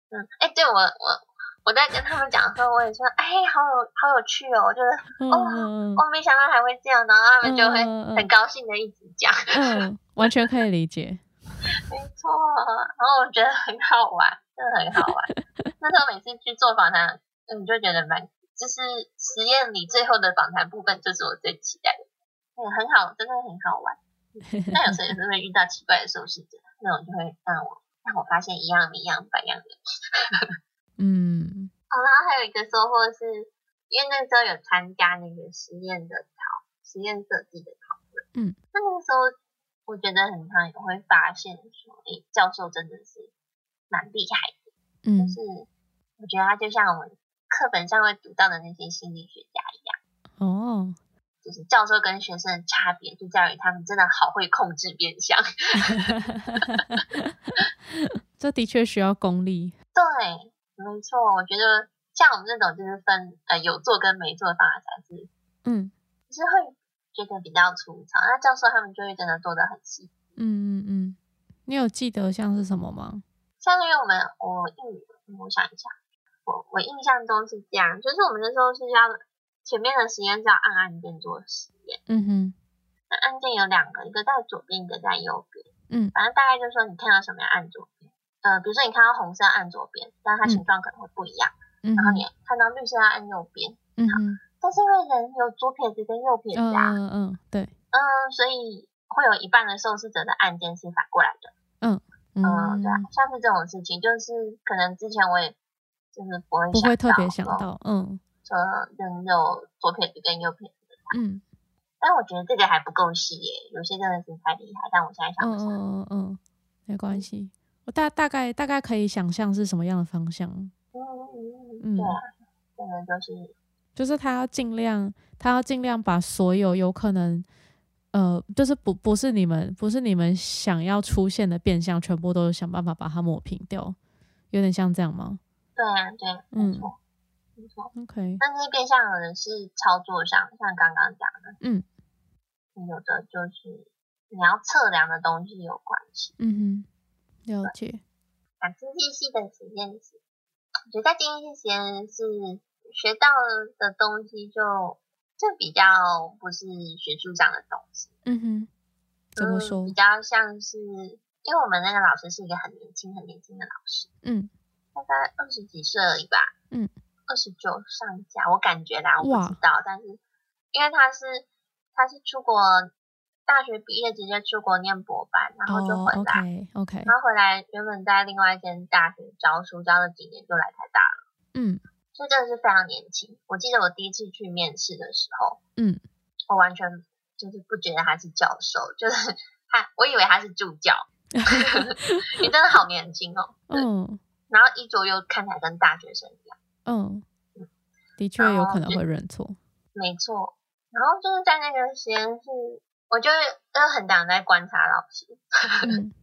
A: 嗯，哎、对我我我在跟他们讲的时候，我也说，哎、好有好有趣哦，就是
B: 嗯
A: 哦
B: 嗯
A: 我、没想到还会这样，然后他
B: 嗯
A: 们就会
B: 嗯嗯
A: 很高兴的一直讲，
B: 嗯，嗯完全可以理解。
A: 没错，然后我觉得很好玩，真的很好玩。那时候每次去做访谈，嗯，就觉得蛮，就是实验里最后的访谈部分，就是我最期待的，嗯，很好，真的很好玩。但有时候也是会遇到奇怪的受试者，那种就会让我让我发现一样米养百样人。
B: 嗯
A: 哦，然后还有一个收获是，因为那时候有参加那个实验的讨实验设计的讨论，
B: 嗯，
A: 那那个时候我觉得很常也会发现说，诶，教授真的是蛮厉害的，就
B: 嗯
A: 是我觉得他就像我们课本上会读到的那些心理学家一样，
B: 哦，
A: 就是教授跟学生的差别就在于他们真的好会控制变相，
B: 这的确需要功力。
A: 对，没错，我觉得像我们这种就是分呃有做跟没做的方法才是
B: 嗯
A: 就是会觉得比较粗糙。那教授他们就会真的做的很细，
B: 嗯嗯嗯，你有记得像是什么吗？
A: 像因为我们我印嗯我想一下，我我印象中是这样，就是我们那时候是要前面的实验是要按按键做实验，
B: 嗯哼，
A: 那按键有两个，一个在左边，一个在右边，
B: 嗯
A: 反正大概就是说你看到什么要按左边。呃，比如说你看到红色按左边，但它形状可能会不一样。
B: 嗯
A: 然后
B: 哼
A: 你看到绿色要按右边，
B: 嗯哼，
A: 但是因为人有左撇子跟右撇子
B: 嗯
A: 啊，
B: 嗯嗯，对，
A: 嗯，所以会有一半的受试者的按键是反过来的。嗯，对啊
B: 嗯，，
A: 像是这种事情，就是可能之前我也就是不会
B: 不会特别想
A: 到
B: 到，嗯
A: 说说人有左撇子跟右撇子，
B: 嗯
A: 但我觉得这个还不够细耶，有些真的是太厉害，但我现在想
B: 嗯
A: 不起来。
B: 嗯嗯嗯，没关系，我大大概大概可以想象是什么样的方向，
A: 嗯嗯嗯，
B: 嗯
A: 对啊，可能就是
B: 就是他要尽量，他要尽量把所有有可能。呃，就是不不是你们不是你们想要出现的变相，全部都想办法把它抹平掉，有点像这样吗
A: 对啊对啊，
B: 嗯
A: 没错没错。
B: ？OK，
A: 但是变相有的是操作上，像刚刚讲的，
B: 嗯
A: 有的就是你要测量的东西有关系。
B: 嗯哼，了解，
A: 讲经济系的实验室，我觉得在经济系实验室学到的东西就就比较不是学术上的东西，
B: 嗯哼，怎么说
A: 嗯？比较像是因为我们那个老师是一个很年轻、很年轻的老师，
B: 嗯
A: 大概二十几岁而已吧，
B: 嗯，
A: 二十九上下，我感觉啦，我
B: 哇
A: 不知道，但是因为他是他是出国大学毕业直接出国念博班，然后就
B: 哦
A: 回来。
B: ，OK OK，
A: 然后回来原本在另外一间大学教书，教了几年就来台大了，
B: 嗯
A: 所以真的是非常年轻。我记得我第一次去面试的时候，
B: 嗯，
A: 我完全就是不觉得他是教授，就是他，我以为他是助 教，你真的好年轻哦。
B: 嗯
A: 然后衣着又看起来跟大学生一样，
B: 嗯，的确有可能会 认错，
A: 没错。然后就是在那个实验室，我就会真的很常在观察老师，
B: 嗯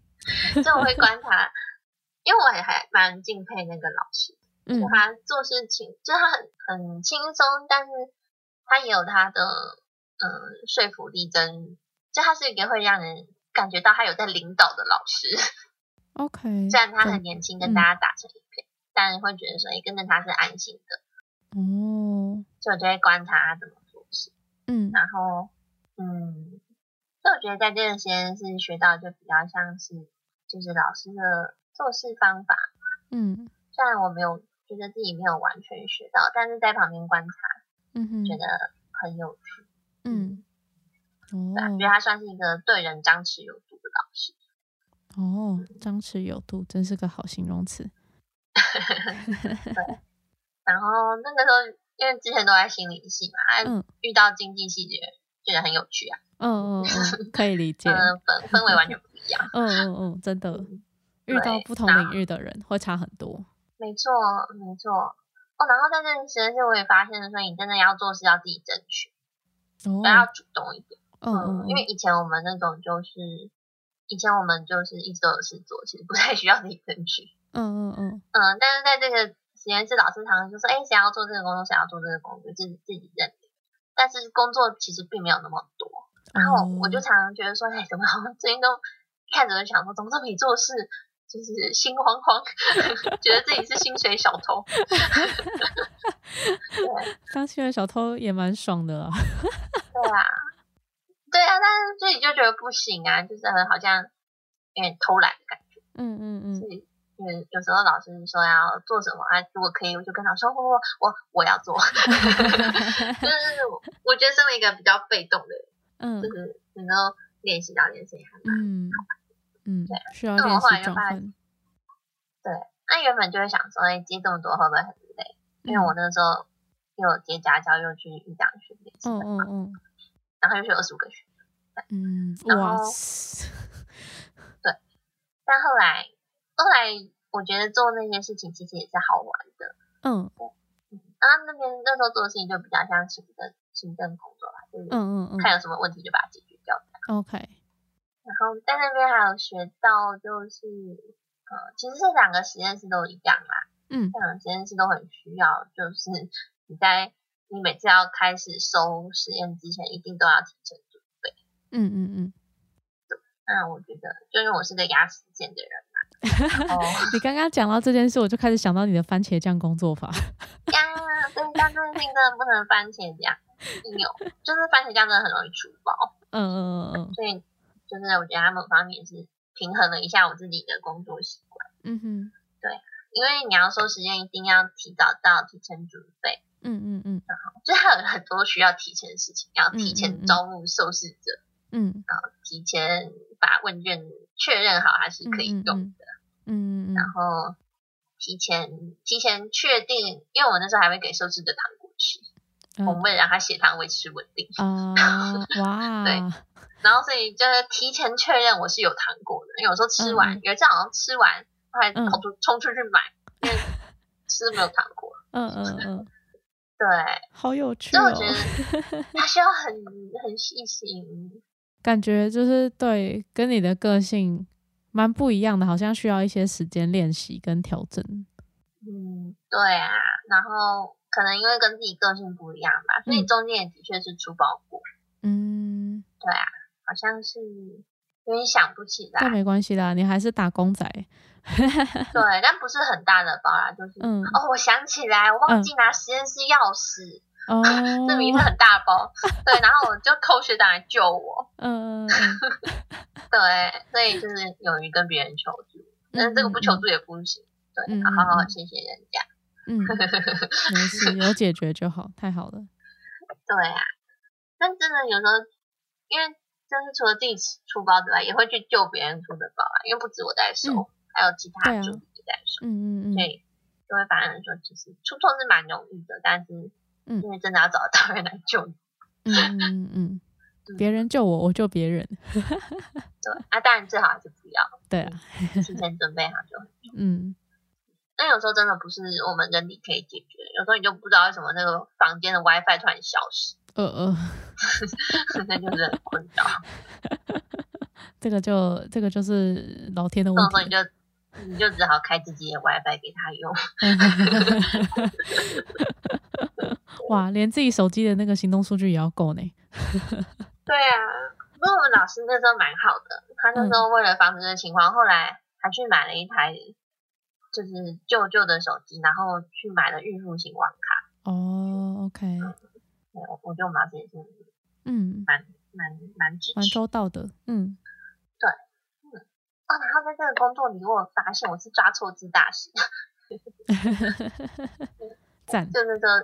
A: 所以我会观察，因为我也还蛮敬佩那个老师。
B: 嗯
A: 就他做事情，就是他很很轻松，但是呃他也有他的嗯说服力跟，就他是一个会让人感觉到他有在领导的老师，
B: OK，
A: 虽然他很年轻，跟
B: 嗯
A: 大家打成一片，但会觉得说，哎、跟着他是安心的，
B: 哦，
A: 所以我就会观察他怎么做事。
B: 嗯
A: 然后，嗯，所以我觉得在这个实验室学到就比较像是就是老师的做事方法，
B: 嗯
A: 虽然我没有觉得自己没有完全学到，但是在旁边观察
B: 嗯哼，
A: 觉得很有趣，
B: 嗯
A: 对啊、
B: 哦
A: 觉得他算是一个对人张弛有度的老师。
B: 哦，张弛有度，真是个好形容词。
A: 然后那个时候因为之前都在心理系嘛，啊
B: 嗯
A: 遇到经济系觉得觉得很有趣啊，
B: 嗯嗯嗯，可以理解。
A: 嗯、 氛氛围完全不一样。
B: 嗯嗯嗯，真的，遇
A: 对
B: 到不同领域的人会差很多。
A: 没错，没错。哦，然后在这个实验室，我也发现了，说你真的要做事要自己争取，
B: 哦，
A: 不要主动一点。
B: 嗯嗯
A: 因为以前我们那种就是，以前我们就是一直都有事做，其实不太需要自己争取。
B: 嗯嗯嗯，
A: 嗯，但是在这个实验室，老师常常就说，哎，谁要做这个工作，谁要做这个工作，自己自己认领。但是工作其实并没有那么多，然后
B: 哦
A: 我就常常觉得说，哎，怎么好像最近都一开始就想说，怎么这么没做事，就是心慌慌， 觉得自己是薪水小偷。 对
B: 当新人小偷也蛮 爽的啦。啊
A: 对啊，对啊，但是自己就觉得不行啊，就是很好像有点偷懒的感觉。
B: 嗯嗯嗯，
A: 因为有时候老师说要做什么啊，如果可以，我就跟他说，我我我要做。 就是我我觉得身为一个比较被动的人，
B: 嗯
A: 就是能够练习到这件事情还蛮
B: 嗯嗯，需要
A: 那我
B: 练
A: 后来
B: 习
A: 就
B: 转
A: 发
B: 换。
A: 那原本就会想说，哎、接这么多会不会很累？因为我那时候又有接家教，又去预讲训练，
B: 嗯嗯嗯
A: 然后又去二十五个学。
B: 嗯，
A: 然
B: 哇
A: 后，但后来，后来我觉得做那些事情其实也是好玩的。
B: 嗯
A: 然后那边那时候做的事情就比较像行政行政工作吧，就是
B: 嗯嗯嗯
A: 看有什么问题就把它解决掉。
B: ，OK，
A: 然后在那边还有学到就是，呃，其实这两个实验室都一样啦，
B: 嗯
A: 这两个实验室都很需要，就是你在你每次要开始收实验之前，一定都要提前做。
B: 嗯嗯
A: 那我觉得，就因为我是个压时间的人
B: 嗯。
A: 嘛，哦，
B: 你刚刚讲到这件事，我就开始想到你的番茄酱工作法。
A: 呀，对，但这件事情真的不能番茄酱，有，就是番茄酱真的很容易出包，
B: 嗯嗯
A: 所以就是我觉得他某方面是平衡了一下我自己的工作习惯。
B: 嗯嗯哼，
A: 因为你要收时间，一定要提早到，提前准备，
B: 嗯嗯嗯
A: 就是还有很多需要提前的事情，要提
B: 嗯嗯
A: 前
B: 嗯
A: 招募受试者，
B: 嗯，
A: 提前把问卷确认好它是可以用的，
B: 嗯嗯
A: 然后提前提前确定，因为我那时候还会给受试者糖果吃，
B: 嗯
A: 我们为了让他血糖维持稳定，
B: 啊 哇，
A: 然后所以就是提前确认我是有糖果的，因为有时候吃完，
B: 嗯嗯
A: 有一次好像吃完，后来
B: 嗯
A: 跑出冲出去买，因 为吃没有糖果。
B: 嗯嗯嗯，
A: 对，
B: 好有趣
A: 所以我
B: 哦
A: 觉。得他需要很很细心，
B: 感觉就是对跟你的个性蛮不一样的，好像需要一些时间练习跟调整。
A: 嗯，对啊，然后可能因为跟自己个性不一样吧，所以
B: 嗯
A: 中间也的确是出包过，
B: 嗯，
A: 好像是有点想不起
B: 那
A: 来，
B: 没关系啦，你还是打工仔。
A: 对，但不是很大的包啦，就是、
B: 嗯
A: 哦，我想起来，我忘记拿实验室钥匙，
B: 哦，
A: 这明明是很大包，对，然后我就扣学长来救我，
B: 嗯嗯
A: 对，所以就是勇于跟别人求助， 但是这个不求助也不行，对，
B: 嗯
A: 好好
B: 嗯
A: 好
B: 嗯
A: 谢谢人家，
B: 嗯，没事，有解决就好，太好了。
A: 对啊，但真的有时候，因为就是除了自己出包之外，也会去救别人出的包啊，因为不止我在收，
B: 嗯
A: 还有其
B: 对
A: 他
B: 啊
A: 助理也在收，
B: 嗯嗯
A: 所
B: 嗯，
A: 以就会发现说，其实出错是蛮容易的，但是
B: 嗯
A: 因为真的要找到人来救你，
B: 嗯嗯嗯，别人救我，我救别人。
A: 对啊，当然最好还是不 要
B: 对啊，
A: 提前准备好就好。
B: 嗯
A: 但有时候真的不是我们人力可以解决的，有时候你就不知道为什么那个房间的 WiFi 突然消失，
B: 呃呃，
A: 那就是很困 扰。
B: 这个就这个就是老天的
A: 这
B: 问
A: 种时候你
B: 题。
A: 就你就只好开自己的 WiFi 给他用。
B: 哇，连自己手机的那个行动数据也要够呢。
A: 对啊，不过我们老师那时候蛮好的，他那时
B: 嗯
A: 候为了防止这情况，后来还去买了一台就是旧旧的手机，然后去买了预付型网卡。
B: 哦，OK，
A: 对我我觉得我们老师也是
B: 嗯，
A: 蛮蛮蛮支
B: 蛮
A: 持。
B: 周到的，嗯，
A: 哦，然后在这个工作里，我有发现我是抓错字大师，
B: 赞，
A: 就是说，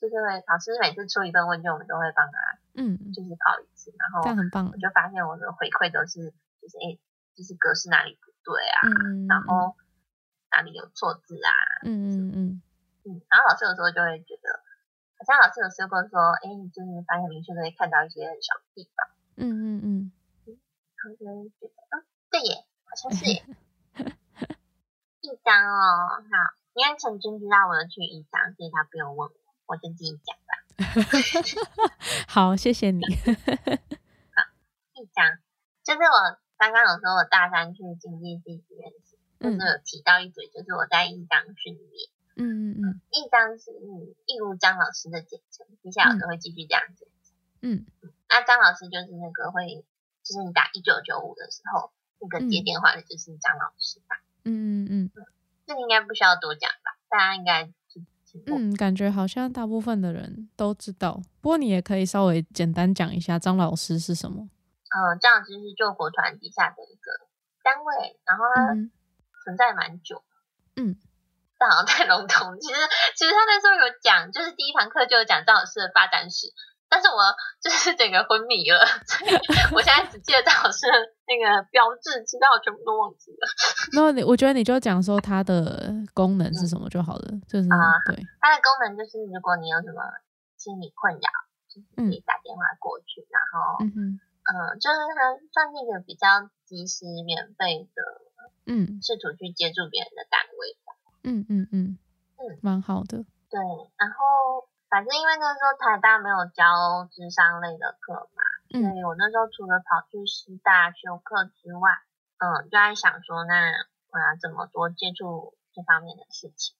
A: 就是会老师每次出一份问卷，我们都会帮他
B: 嗯，
A: 就是跑一次，然后
B: 这样很棒，
A: 我
B: 嗯
A: 就发现我的回馈都是就是诶、就是格式哪里不对啊，
B: 嗯嗯
A: 然后哪里有错字啊，
B: 嗯嗯嗯
A: 嗯，然后老师有时候就会觉得，好像老师有说过说，哎，你就是发现明确可以看到一些很小的地方，
B: 嗯嗯嗯，
A: 然后就会觉得，嗯，对耶，好像是耶。一张哦，好，因为陈军知道我有去一张，所以他不用问我，我就自己讲吧。
B: 好，谢谢你，
A: 一张就是我刚刚有说我大三去经济系实验室，就是
B: 嗯
A: 有提到一嘴，就是我在一张训练，
B: 嗯嗯嗯
A: 一张是嗯一如张老师的简称，接下来我都会继续这样子。
B: 嗯，
A: 那张老师就是那个会，就是你打一九九五的时候，那个接电话的就是张老师吧？
B: 嗯嗯嗯。
A: 这个应该不需要多讲吧？大家应该就听过。
B: 嗯，感觉好像大部分的人都知道。不过你也可以稍微简单讲一下张老师是什么。
A: 呃，张老师是救国团底下的一个单位，然后它
B: 嗯
A: 存在蛮久。
B: 嗯，
A: 这好像太笼统。其实其实他那时候有讲，就是第一堂课就有讲张老师的发展史，但是我就是整个昏迷了，所以我现在只记得张老师的那个标志，其他我全部都忘记了。
B: 哼，那你我觉得你就讲说它的功能是什么就好了，就是、
A: 啊
B: 对，
A: 它的功能就是，如果你有什么心理困扰，就是可以打电话过去，然后
B: 嗯哼，
A: 嗯、呃就是它算是一个比较及时、免费的，
B: 嗯
A: 试图去接触别人的单位。
B: 嗯嗯嗯
A: 嗯，
B: 蛮好的，
A: 对，然后反正因为那时候台大没有教智商类的课嘛，
B: 嗯
A: 所以我那时候除了跑去师大修课之外，嗯、就在想说，那我要怎么多接触这方面的事情。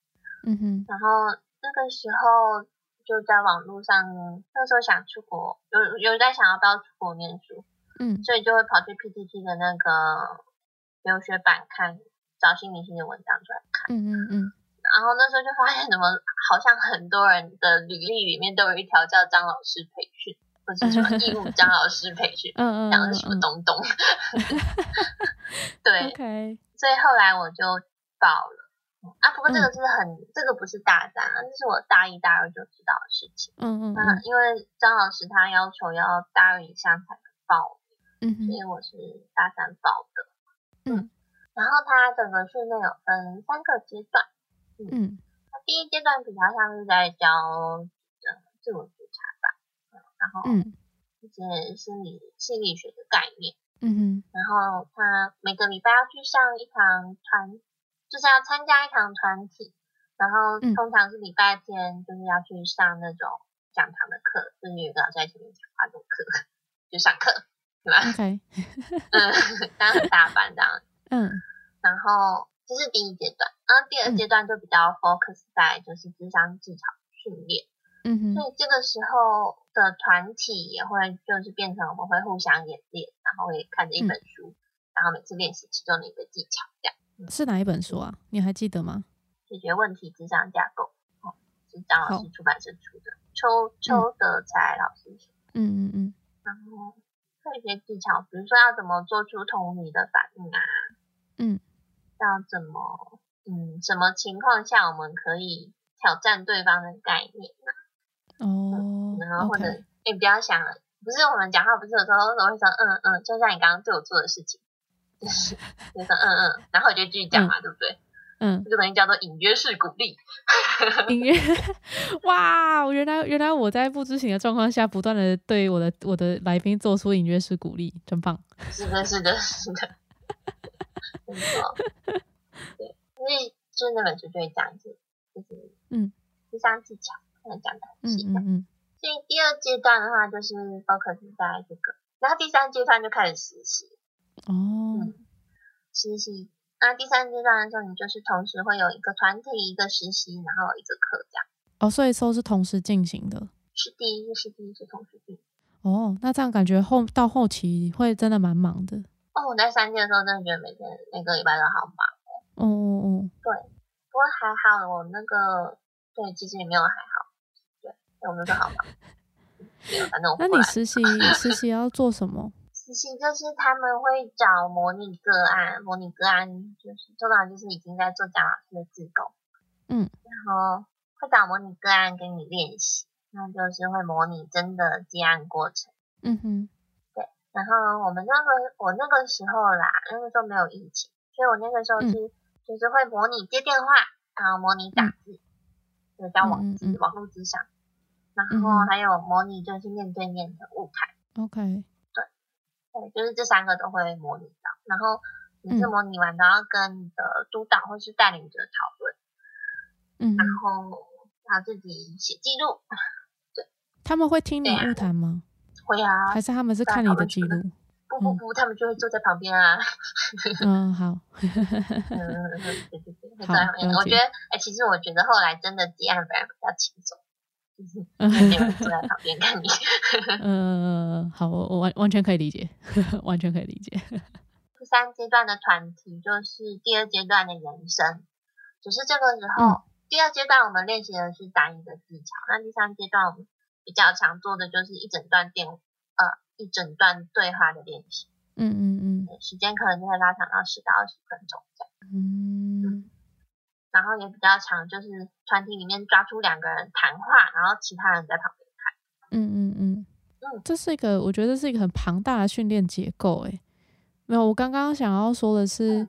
B: 嗯哼，
A: 然后那个时候就在网络上，那时候想出国，有有在想要不要出国念书，
B: 嗯
A: 所以就会跑去 PTT 的那个留学版看找心理系的文章出来。
B: 嗯嗯嗯，，
A: 然后那时候就发现，怎么好像很多人的履历里面都有一条叫张老师培训，或者什么义务张老师培训
B: 嗯嗯
A: 讲的什么
B: 嗯
A: 东东。对，
B: ，OK，
A: 所以后来我就报了。啊，不过
B: 嗯
A: 这个是很，这个不是大三啊，这是我大一、大二就知道的事情。
B: 嗯嗯
A: 那
B: 嗯
A: 因为张老师他要求要大二以上才能报，
B: 嗯
A: 所
B: 哼，
A: 以我是大三报的。
B: 嗯
A: 然后他整个训练有分三个阶段，
B: 嗯
A: 那第一阶段比较像是在教呃自我觉察吧，然后
B: 嗯
A: 一些心理心理学的概念。
B: 嗯哼，
A: 然后他每个礼拜要去上一堂团，就是要参加一堂团体，然后
B: 嗯
A: 通常是礼拜天就是要去上那种讲堂的课，就是有一个老师在前面讲话的课， 就上课，对吧？
B: ，OK，
A: 嗯， 当然很大班这样。
B: 嗯
A: 然后这是第一阶段，然后第二阶段就比较 focus 在就是智商技巧训练，
B: 嗯哼，
A: 所以这个时候的团体也会就是变成我们会互相演练，然后也看着一
B: 嗯
A: 本书，然后每次练习其中的一个技巧，这样
B: 是哪一本书啊？你还记得吗？
A: 解决问题智商架构。哦，是张老
B: 好嗯
A: 师出版社出的，邱邱德才老师写的。
B: 嗯嗯嗯
A: 然后还有一些技巧，比如说要怎么做出同理的反应啊，
B: 嗯，
A: 要怎么嗯什么情况下我们可以挑战对方的概念啊
B: 哦
A: 然后或者
B: ，OK，
A: 你不要想了，不是我们讲话不是有时候都会说嗯嗯，就像你刚刚对我做的事情，就是 就说嗯嗯，然后我就继续讲嘛，对不对？
B: 嗯。
A: 这个东西叫做隐约式鼓励，
B: 音乐，哇！原来原来我在不知情的状况下，不断的对我的我的来宾做出音乐式鼓励，真棒。
A: 是的，是的，是的，没错，对，因为就是那本书就会讲这，就是
B: 嗯，
A: 智商技巧，可能讲的很
B: 嗯
A: 细。
B: 嗯嗯，
A: 所以第二阶段的话，就是 focus 在这个，然后第三阶段就开始实习，
B: 哦，
A: 实习。那第三阶段的时候，你就是同时会有一个团体、一个实习，然后一个课这样。
B: 哦，所以说是同时进行的。
A: 是第一，是第一是同时进。
B: 哦，那这样感觉后到后期会真的蛮忙的。
A: 哦，我在三届的时候真的觉得每天每个礼拜都好忙，
B: 哦哦
A: 不过还好我那个对，其实也没有还好，对，因为我那时候好 忙。没有反正我
B: 哦，那
A: 后
B: 你
A: 来
B: 实习实习要做什么？
A: 实习就是他们会找模拟个案，模拟个案就是通常就是已经在做蒋老师的自工，
B: 嗯，
A: 然后会找模拟个案给你练习，那就是会模拟真的接案过程。
B: 嗯哼，
A: 然后我们那个我那个时候啦，那个时候没有疫情，所以我那个时候
B: 嗯
A: 是、就是会模拟接电话，然后模拟打字，就叫网
B: 嗯
A: 际、
B: 嗯嗯
A: 网络之上，然
B: 嗯
A: 后
B: 哼
A: 还有模拟就是面对面的物谈，
B: ，OK，
A: 对，就是这三个都会模拟到。然后每次
B: 嗯
A: 模拟完都要跟你的督导或是带领者讨论，
B: 嗯
A: 然
B: 哼，
A: 后要自己写记录，
B: 他们会听你
A: 对啊
B: 物谈吗？
A: 会啊
B: 还，是他们是
A: 对啊
B: 看你
A: 他
B: 的
A: 们
B: 记
A: 觉得
B: 录？
A: 不不
B: 嗯
A: 不，他们就会坐在旁边 啊。
B: 嗯，好，
A: 嗯嗯嗯，对对对，会
B: 好
A: 这样用。
B: 了
A: 我
B: 解
A: 觉得，哎、其实我觉得后来真的接案反而比较轻松，就是
B: 嗯
A: 没有人坐在旁边看你。
B: 呃，好，我我完完全可以理解， 完全可以理解。
A: 第三阶段的团体就是第二阶段的人生，只是这个时候，第二阶段我们练习的是单一的技巧，那第三阶段我们比较常做的就是一整段电呃一整段对话的练习，
B: 嗯嗯
A: 时间可能就会拉长到十到二十分钟这样。
B: 嗯嗯，
A: 然后也比较常就是团体里面抓出两个人谈话，然后其他人在旁边。
B: 嗯嗯嗯
A: 嗯，
B: 这是一个，我觉得是一个很庞大的训练结构。诶，没有，我刚刚想要说的是
A: 嗯，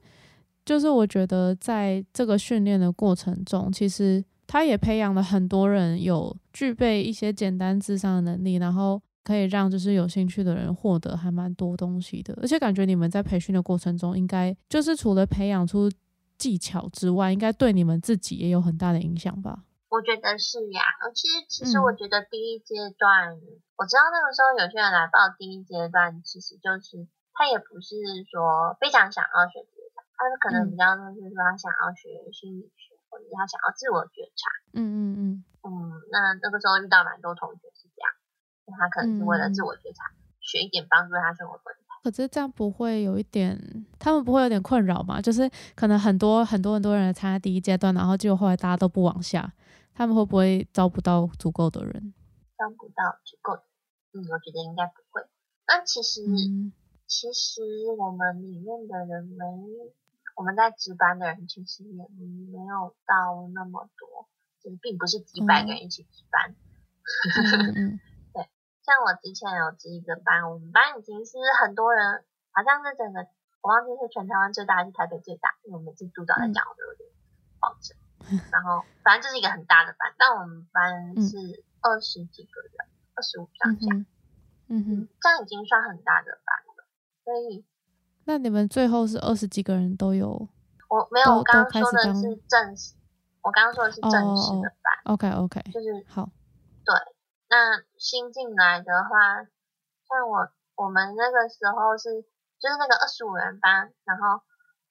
B: 就是我觉得在这个训练的过程中，其实他也培养了很多人有具备一些简单智商的能力，然后可以让就是有兴趣的人获得还蛮多东西的。而且感觉你们在培训的过程中，应该就是除了培养出技巧之外，应该对你们自己也有很大的影响吧？
A: 我觉得是呀、呃其实其实
B: 嗯
A: 我觉得第一阶段，我知道那个时候有些人来报第一阶段，其实就是他也不是说非常想要学觉察，他可能比
B: 嗯
A: 较就是说他想要学心理学，或者是他想要自我觉察。
B: 嗯嗯
A: 嗯，那那个时候遇到蛮多同学是这样，那他可能是为了自我
B: 嗯
A: 觉察，学一点帮助他生活中的
B: 可是这样不会有一点，他们不会有点困扰吗？就是可能很多很多很多人参加第一阶段，然后结果后来大家都不往下，他们会不会招不到足够的人？
A: 照顾到足够的。嗯，我觉得应该不会。那其实、
B: 嗯
A: 其实我们里面的人没，我们在值班的人其实也没有到那么多，就是并不是几百个人一起值班。
B: 嗯嗯
A: 像我之前有值一个班，我们班已经是很多人，好像是整个我忘记是全台湾最大还是台北最大，因为我每次督导
B: 嗯
A: 在讲，我都有点忘记了。然后反正就是一个很大的班，但我们班
B: 嗯
A: 是二十几个人，二十五上
B: 嗯
A: 下，
B: 哼嗯哼。
A: 这样已经算很大的班了。所以
B: 那你们最后是二十几个人都有
A: 我没有，
B: 都
A: 我刚
B: 都
A: 刚
B: 开
A: 说
B: 始
A: 的
B: 当哦
A: 是正式，我刚刚说的是正式的班，
B: ？OK OK，
A: 就是
B: 好，
A: 那新进来的话，像我我们那个时候是就是那个二十五人班，然后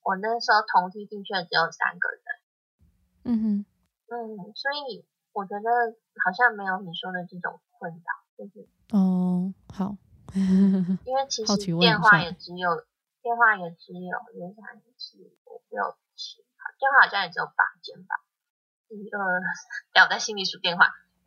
A: 我那时候同梯进去的只有三个人，
B: 嗯哼，
A: 嗯，所以我觉得好像没有你说的这种困扰，就是
B: 哦，好，
A: 因为其
B: 好
A: 实
B: 奇问一
A: 电话
B: 下
A: 也只有电话也只有一三四五六七，电话好像也只有八间吧，一二，哎，我在心里数电话，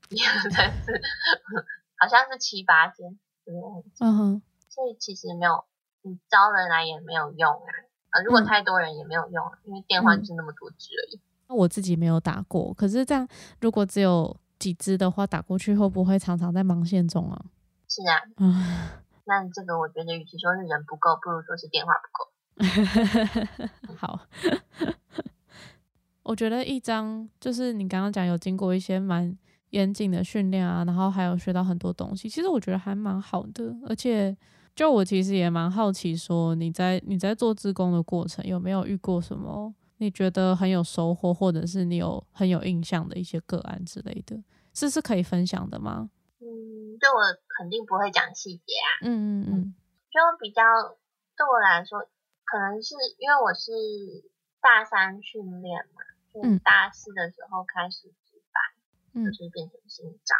A: 一二三四， 好像是七八间，嗯。
B: 嗯哼，
A: 所以其实没有，你招人来也没有用啊。呃，如果
B: 嗯
A: 太多人也没有用啊，因为电话
B: 嗯
A: 就是那么多只而已。
B: 我自己没有打过，可是这样如果只有几只的话，打过去会不会常常在盲线中啊？
A: 是啊，
B: 嗯。
A: 那这个我觉得，与其说是人不够，不如说是电话不够。
B: 好，我觉得一张就是你刚刚讲有经过一些蛮严谨的训练啊，然后还有学到很多东西，其实我觉得还蛮好的。而且，就我其实也蛮好奇，说你在你在做志工的过程有没有遇过什么你觉得很有收获，或者是你有很有印象的一些个案之类的，是是可以分享的吗？
A: 嗯，对我肯定不会讲细节啊，
B: 嗯嗯嗯
A: 就比较对我来说，可能是因为我是大三训练嘛，就
B: 嗯
A: 大四的时候开始值班，
B: 嗯
A: 就是变成新长。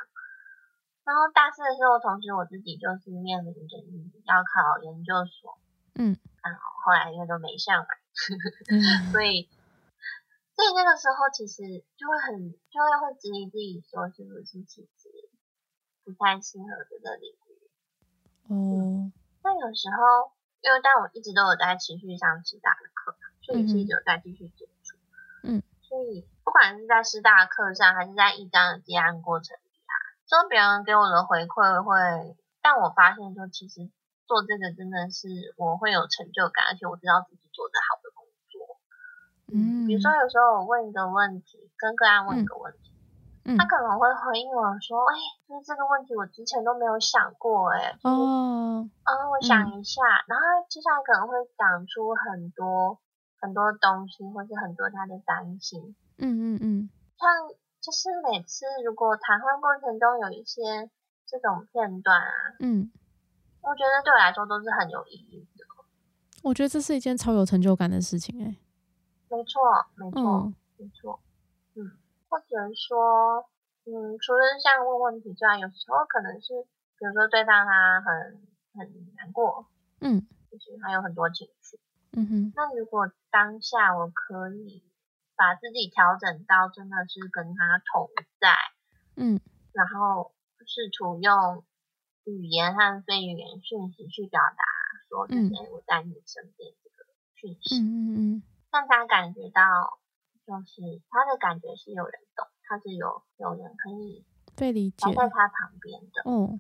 A: 然后大四的时候，同时我自己就是面临着要考研究所，
B: 嗯，
A: 然后后来因为都没上嘛，
B: 嗯
A: 所以所以那个时候其实就会很就会会质疑自己说是不是其实不太适合这个领域。
B: 哦，
A: 那有时候，因为但我一直都有在持续上师大的课，所以是
B: 嗯哼
A: 有在继续接触。
B: 嗯，
A: 所以不管是在师大的课上，还是在一章的接案过程里啊，说别人给我的回馈会，但我发现说，其实做这个真的是我会有成就感，而且我知道自己做得好的工作。
B: 嗯，
A: 比如说，有时候我问一个问题，跟个案问一个问题，
B: 嗯
A: 他可能会回应我说：“哎、就是这个问题我之前都没有想过、哎，就是
B: 哦，
A: 嗯，我想一下，然后接下来可能会讲出很多很多东西，或是很多他的担心。
B: 嗯嗯嗯，
A: 像就是每次如果谈话过程中有一些这种片段啊，
B: 嗯，
A: 我觉得对我来说都是很有意义的。
B: 我觉得这是一件超有成就感的事情哎、
A: 没错，没错，
B: 嗯
A: 没错。嗯，或者说，嗯，除了像问问题之外，有时候可能是，比如说对方他很很难过，
B: 嗯
A: 就是他有很多情绪。
B: 嗯哼
A: 那如果当下我可以把自己调整到真的是跟他同在，
B: 嗯
A: 然后试图用语言和非语言讯息去表达说，就
B: 嗯
A: 是诶我在你身边这个讯息，
B: 嗯嗯
A: 让他感觉到就是他的感觉是有人懂，他是有有人可以
B: 嗯，被理解
A: 来在他旁边的。
B: 哦，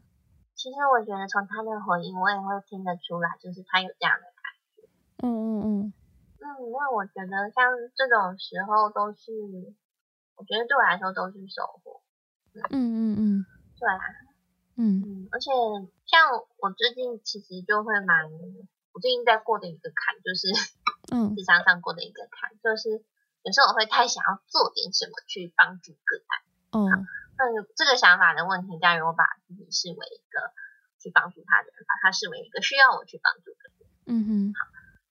A: 其实我觉得从他的回应，我也会听得出来，就是他有这样的
B: 嗯嗯嗯
A: 嗯，那我觉得像这种时候都是，我觉得对我来说都是收获。
B: 嗯嗯嗯
A: 对啊，
B: 嗯
A: 嗯，而且像我最近其实就会蛮，我最近在过的一个坎，就是
B: 嗯
A: 智商上过的一个坎，就是有时候我会太想要做点什么去帮助个案。
B: 哦，
A: 那有这个想法的问题在于，我把自己视为一个去帮助他的人，把他视为一个需要我去帮助的人。
B: 嗯哼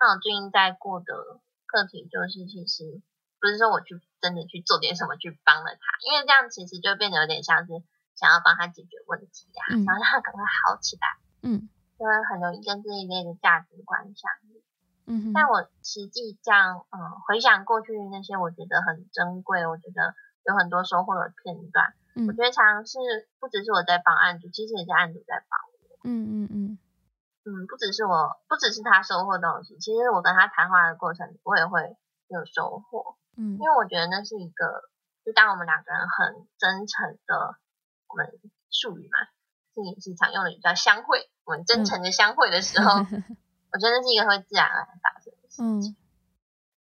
A: 那我最近在过的课题就是，其实不是说我去真的去做点什么去帮了他，因为这样其实就变得有点像是想要帮他解决问题啊，
B: 嗯
A: 想让他赶快好起来，
B: 嗯
A: 因为很容易跟这一类的价值观相遇。
B: 嗯哼，
A: 但我实际这样，嗯，回想过去那些我觉得很珍贵，我觉得有很多收获的片段，
B: 嗯
A: 我觉得常常是不只是我在帮案主，其实也是案主在帮。
B: 嗯嗯嗯
A: 嗯，不只是我，不只是他收获东西，其实我跟他谈话的过程，我也会有收获，
B: 嗯
A: 因为我觉得那是一个，就当我们两个人很真诚的，我们术语嘛，心理系常用的语叫相会，我们
B: 嗯
A: 真诚的相会的时 候，我觉得那是一个会自然而然发生的事
B: 嗯
A: 情。，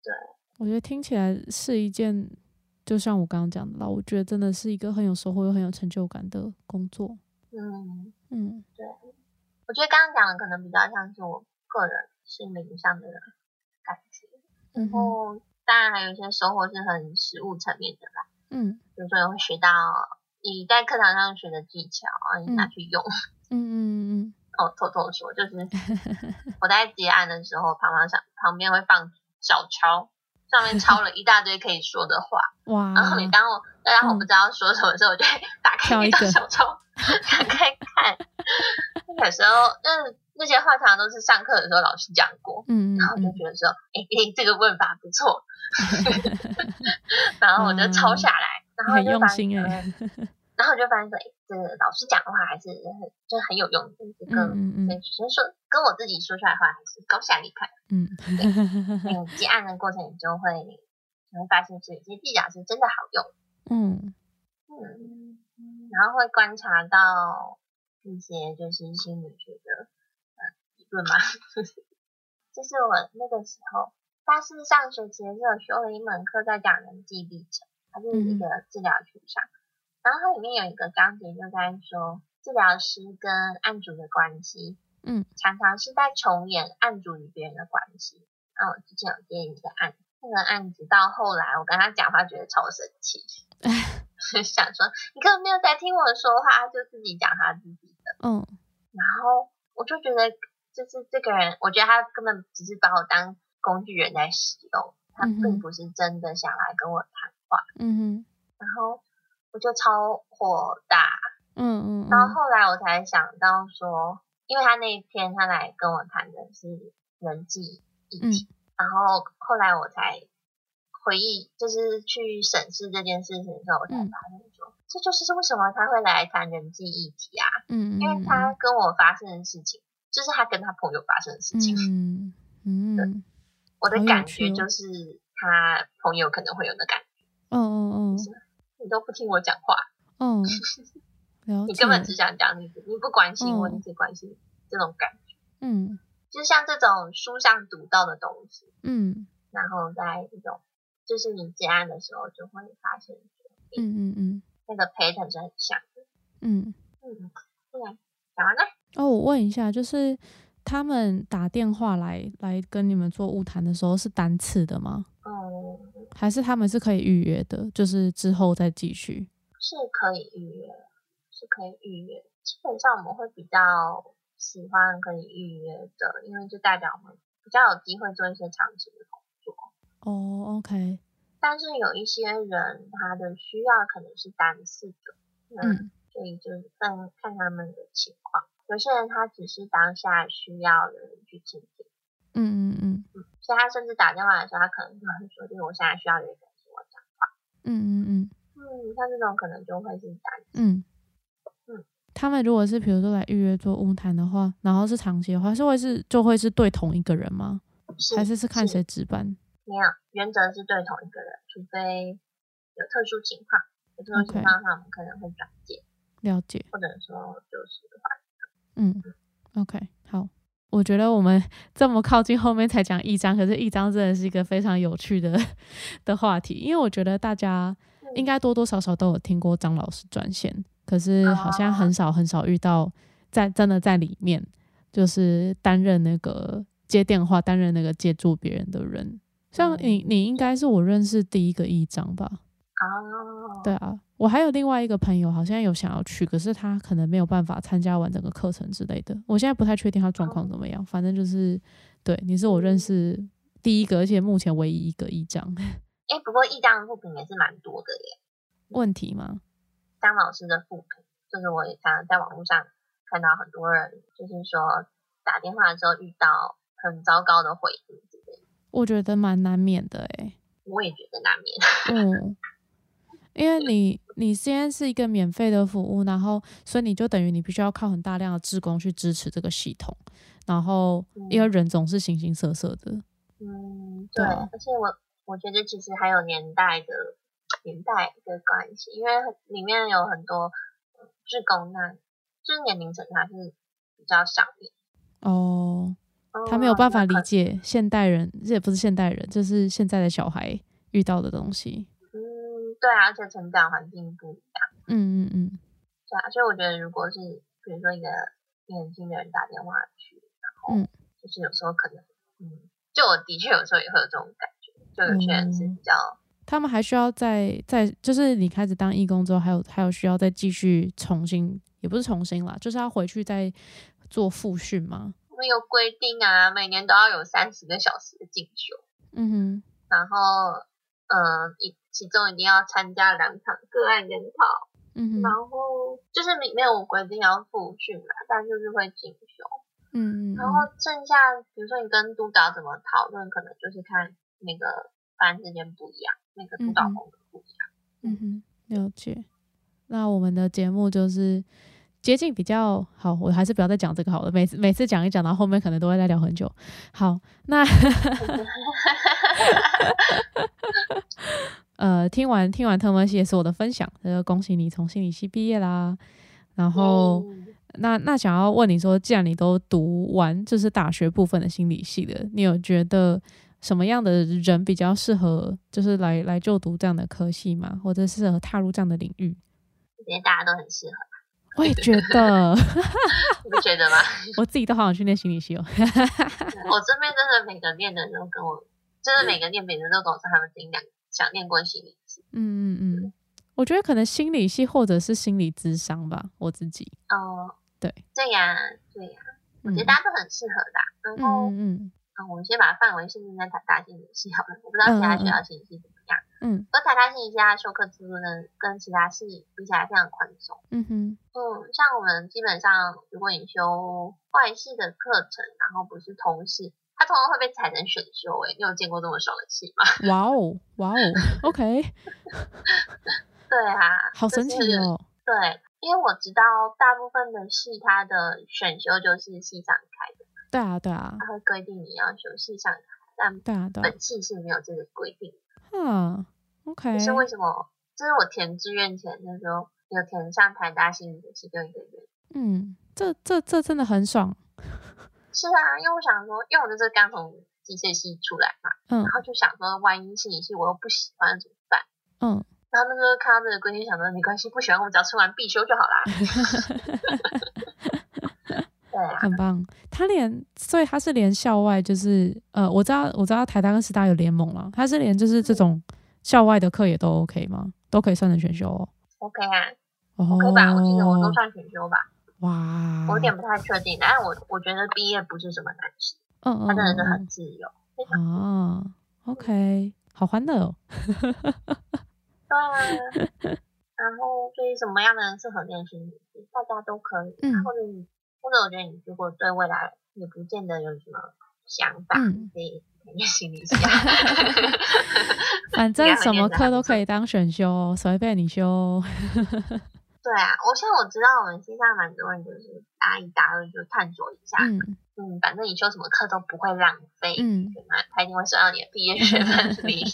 A: 对，
B: 我觉得听起来是一件，就像我刚刚讲的啦，我觉得真的是一个很有收获又很有成就感的工作。
A: 嗯，
B: 嗯
A: 我觉得刚刚讲的可能比较像是我个人心灵上的感觉，
B: 嗯
A: 然
B: 哼
A: 后当然还有一些收获是很实物层面的啦。
B: 嗯
A: 比如说你会学到你在课堂上学的技巧，然后你拿去用。
B: 嗯嗯嗯
A: 哦，偷偷说，就是 我在结案的时候，旁边上旁边会放小抄，上面抄了一大堆可以说的话。
B: 嗯，哇，
A: 然后每当我当然我不知道说什么的时候，我就会打开
B: 挑一
A: 那
B: 个
A: 个小抄，打开看。 那有时候，那那些话常常都是上课的时候老师讲过。
B: 嗯嗯
A: 然后就
B: 嗯
A: 觉得说，哎、诶这个问法不错， 然后我就抄下来，然后
B: 嗯很
A: 就
B: 用
A: 把
B: 心哎、
A: 然后我就发现说，哎，这个老师讲的话还是很就很有用的，这
B: 嗯
A: 个
B: 嗯
A: 对，只是说跟我自己说出来的话还是高下立判。
B: 嗯
A: 嗯，
B: 嗯
A: 接案的过程你就会你会发现是有些技巧是真的好用，
B: 嗯
A: 嗯，然后会观察到一些就是心理学的呃理 论嘛，这是我那个时候大四上学期的时候修了一门课在讲人际历程，它是一个治疗取向，然后它里面有一个章节就在说治疗师跟案主的关系，
B: 嗯，
A: 常常是在重演案主与别人的关系。那我之前有接一个案子，那个案子到后来我跟他讲话觉得超生气，就想说你根本没有在听我说话，他就自己讲他自己的。
B: 嗯
A: 然后我就觉得，就是这个人，我觉得他根本只是把我当工具人在使用，他
B: 嗯哼
A: 并不是真的想来跟我谈话。
B: 嗯哼
A: 然后我就超火大，
B: 嗯嗯
A: 然后后来我才想到说，因为他那一天他来跟我谈的是人际议
B: 嗯
A: 题，然后后来我才回忆，就是去审视这件事情的时候，我才
B: 嗯
A: 发现说，这就是为什么他会来谈人际议题啊，
B: 嗯嗯，
A: 因为他跟我发生的事情，就是他跟他朋友发生的事情，
B: 嗯嗯，
A: 我的
B: 好有
A: 感
B: 趣
A: 觉
B: 哦
A: 就是他朋友可能会有的感觉，
B: 哦哦
A: 你都不听我讲话，
B: 哦哦， 了
A: 你
B: 解
A: 根，本只想讲你，你不关心我，
B: 嗯
A: 你只关心这种感觉。
B: 嗯
A: 就是像这种书上读到的东西，
B: 嗯
A: 然后在这种就是你接案的时候，就会发现
B: 嗯嗯嗯
A: 那个 pattern 是很像的。
B: 嗯。
A: 嗯，对。然后呢，
B: 哦，我问一下，就是他们打电话来来跟你们做物谈的时候是单次的吗？
A: 嗯，
B: 还是他们是可以预约的，就是之后再继续？
A: 是可以预约，是可以预约。基本上我们会比较喜欢可以预约的，因为就代表我们比较有机会做一些长期的工作。
B: 哦，OK，
A: 但是有一些人他的需要可能是单次的，那
B: 嗯
A: 所以就是看看他们的情况。有些人他只是当下需要有人去倾听，
B: 嗯嗯嗯
A: 所以他甚至打电话来说，他可能就会说，就是我现在需要有一个人听我讲。
B: 嗯嗯
A: 嗯，像这种可能就会是单
B: 嗯嗯
A: 嗯。
B: 他们如果是比如说来预约做物谈的话，然后是长期的话，是会是就会是对同一个人吗？
A: 是
B: 还是是看谁值班？
A: 没有，原则是对同一个人，除非有特殊情况。有特殊情况的话，我们可能会转介，
B: 了解。
A: 或者说就是换。
B: 嗯，OK，好，我觉得我们 这么靠近后面才讲一章，可是一章真的是一个非常有趣的的话题，因为我觉得大家应该多多少少都有听过张老师专线，可是好像很少很少遇到在真的在里面就是担任那个接电话、担任那个接住别人的人。像你，你应该是我认识第一个一章吧？
A: 哦，
B: 对啊，我还有另外一个朋友，好像有想要去，可是他可能没有办法参加完整个课程之类的。我现在不太确定他状况怎么样，反正就是，对，你是我认识第一个，而且目前唯一一个一张
A: 哎，不过易章的副评也是蛮多的耶，
B: 问题吗？
A: 张老师的副评，就是我也常常在网络上看到很多人，就是说打电话的时候遇到很糟糕的回应之类的，
B: 我觉得蛮难免的诶、
A: 我也觉得难免。
B: 嗯，因为你你现在是一个免费的服务，然后所以你就等于你必须要靠很大量的志工去支持这个系统，然后因为人总是形形色色的，
A: 嗯，
B: 对
A: 对，
B: 啊
A: 而且我我觉得其实还有年代的年代的关系，因为很里面有很多呃志工那，就是年龄层还是比较少一点，
B: 哦。
A: 嗯
B: 他没有办法理
A: 那可
B: 解现代人，这也不是现代人，就是现在的小孩遇到的东西。
A: 嗯，对啊，而且成长环境不一样，
B: 嗯嗯嗯，
A: 对啊，所以我觉得如果是比如说一个年轻的人打电话去，然
B: 嗯
A: 后就是有时候可能，嗯，就我的确有时候也会有这种感觉，就有些人是
B: 嗯
A: 比较，
B: 他们还需要再再，就是你开始当义工之后，还有还有需要再继续重新，也不是重新啦，就是要回去再做复训嘛。
A: 我们有规定啊，每年都要有三十个小时的进修。
B: 嗯哼，
A: 然后，嗯，一其中一定要参加两场个案研讨，
B: 嗯
A: 然
B: 哼，
A: 后就是没没有规定要复训啦，但就是会进修。
B: 嗯嗯
A: 然后剩下，比如说你跟督导怎么讨论，可能就是看每个班之间不一样，那个督导
B: 嗯嗯
A: 风格不一样。
B: 嗯哼，了解。那我们的节目就是接近比较好，我还是不要再讲这个好了。每次每次讲一讲，到后面可能都会再聊很久。好，那呃，听完听完特莫西也是我的分享，呃，恭喜你从心理系毕业啦。然后，
A: 嗯
B: 那那想要问你说，既然你都读完就是大学部分的心理系了，你有觉得什么样的人比较适合，就是来来就读这样的科系吗？或者适合踏入这样的领域？
A: 我觉得大家都很适合，
B: 我也觉得，
A: 你不觉得吗？
B: 我自己都好想去念心理系哦。
A: 我这边真的每个念的人都跟我，就是每个念别人都跟我说他们自己两想念过心理系。
B: 嗯嗯嗯， 我觉得可能心理系或者是心理智商吧，我自己。
A: 哦，
B: 对
A: 对呀、对呀、我
B: 嗯
A: 觉得大家都很适合的。
B: 嗯
A: 然后，
B: 嗯嗯
A: 啊，我们先把范围限定在台大心理系好了，我不知道其他学校心理系怎么样。
B: 嗯嗯
A: 而台大戏剧系它修课制度跟跟其他系比起来非常宽松。
B: 嗯哼，
A: 嗯，像我们基本上，如果你修外系的课程，然后不是通系，它通常会被踩成选修、欸。诶，你有见过这么爽的戏吗？
B: 哇哦哇哦，OK，
A: 对啊，
B: 好神
A: 就
B: 奇
A: 是
B: 哦。
A: 对，因为我知道大部分的系它的选修就是系上开的，
B: 对啊对啊
A: 它会规定你要修系上开，但
B: 对啊对啊
A: 本系是没有这个规定。
B: 啊
A: 这
B: ，OK，
A: 是为什么？这是我填志愿前那时候有填上台大心理的其中一个原因。
B: 嗯，这这这真的很爽，
A: 是啊，因为我想说，因为我那时候刚从机械系出来嘛，
B: 嗯
A: 然后就想说，万一心理系我又不喜欢怎么办？
B: 嗯，
A: 然后那时候看到这个规定，想说没关系，不喜欢我只要吃完必修就好啦。对啊，
B: 很棒。他连所以他是连校外就是呃，我知道我知道台大跟师大有联盟了，他是连就是
A: 嗯
B: 这种校外的课也都 OK 吗？都可以算成选修哦。
A: OK 啊
B: 哦，
A: ，OK 吧？我记得我都算选修吧，
B: 哇，
A: 我有点不太确定，但是我我觉得毕业不是什么难事，
B: 嗯嗯
A: 它真的是
B: 嗯
A: 很自由。
B: 嗯啊，OK，好欢乐哦。
A: 对 啊，然后对于什么样的人适合练心理系，大家都可以，
B: 嗯
A: 或者你或者我觉得你如果对未来也不见得有什么想法，
B: 嗯
A: 你可以练心理系 啊。
B: 反正什么课都可
A: 以。
B: 以当选修哦，随便你 修哦。
A: 对啊，我现在我知道我们系上蛮多人就是大一大二就探索一下，嗯
B: 嗯
A: 反正你修什么课都不会浪费，
B: 嗯，
A: 对吗？他一定会算到你的毕业学 分里。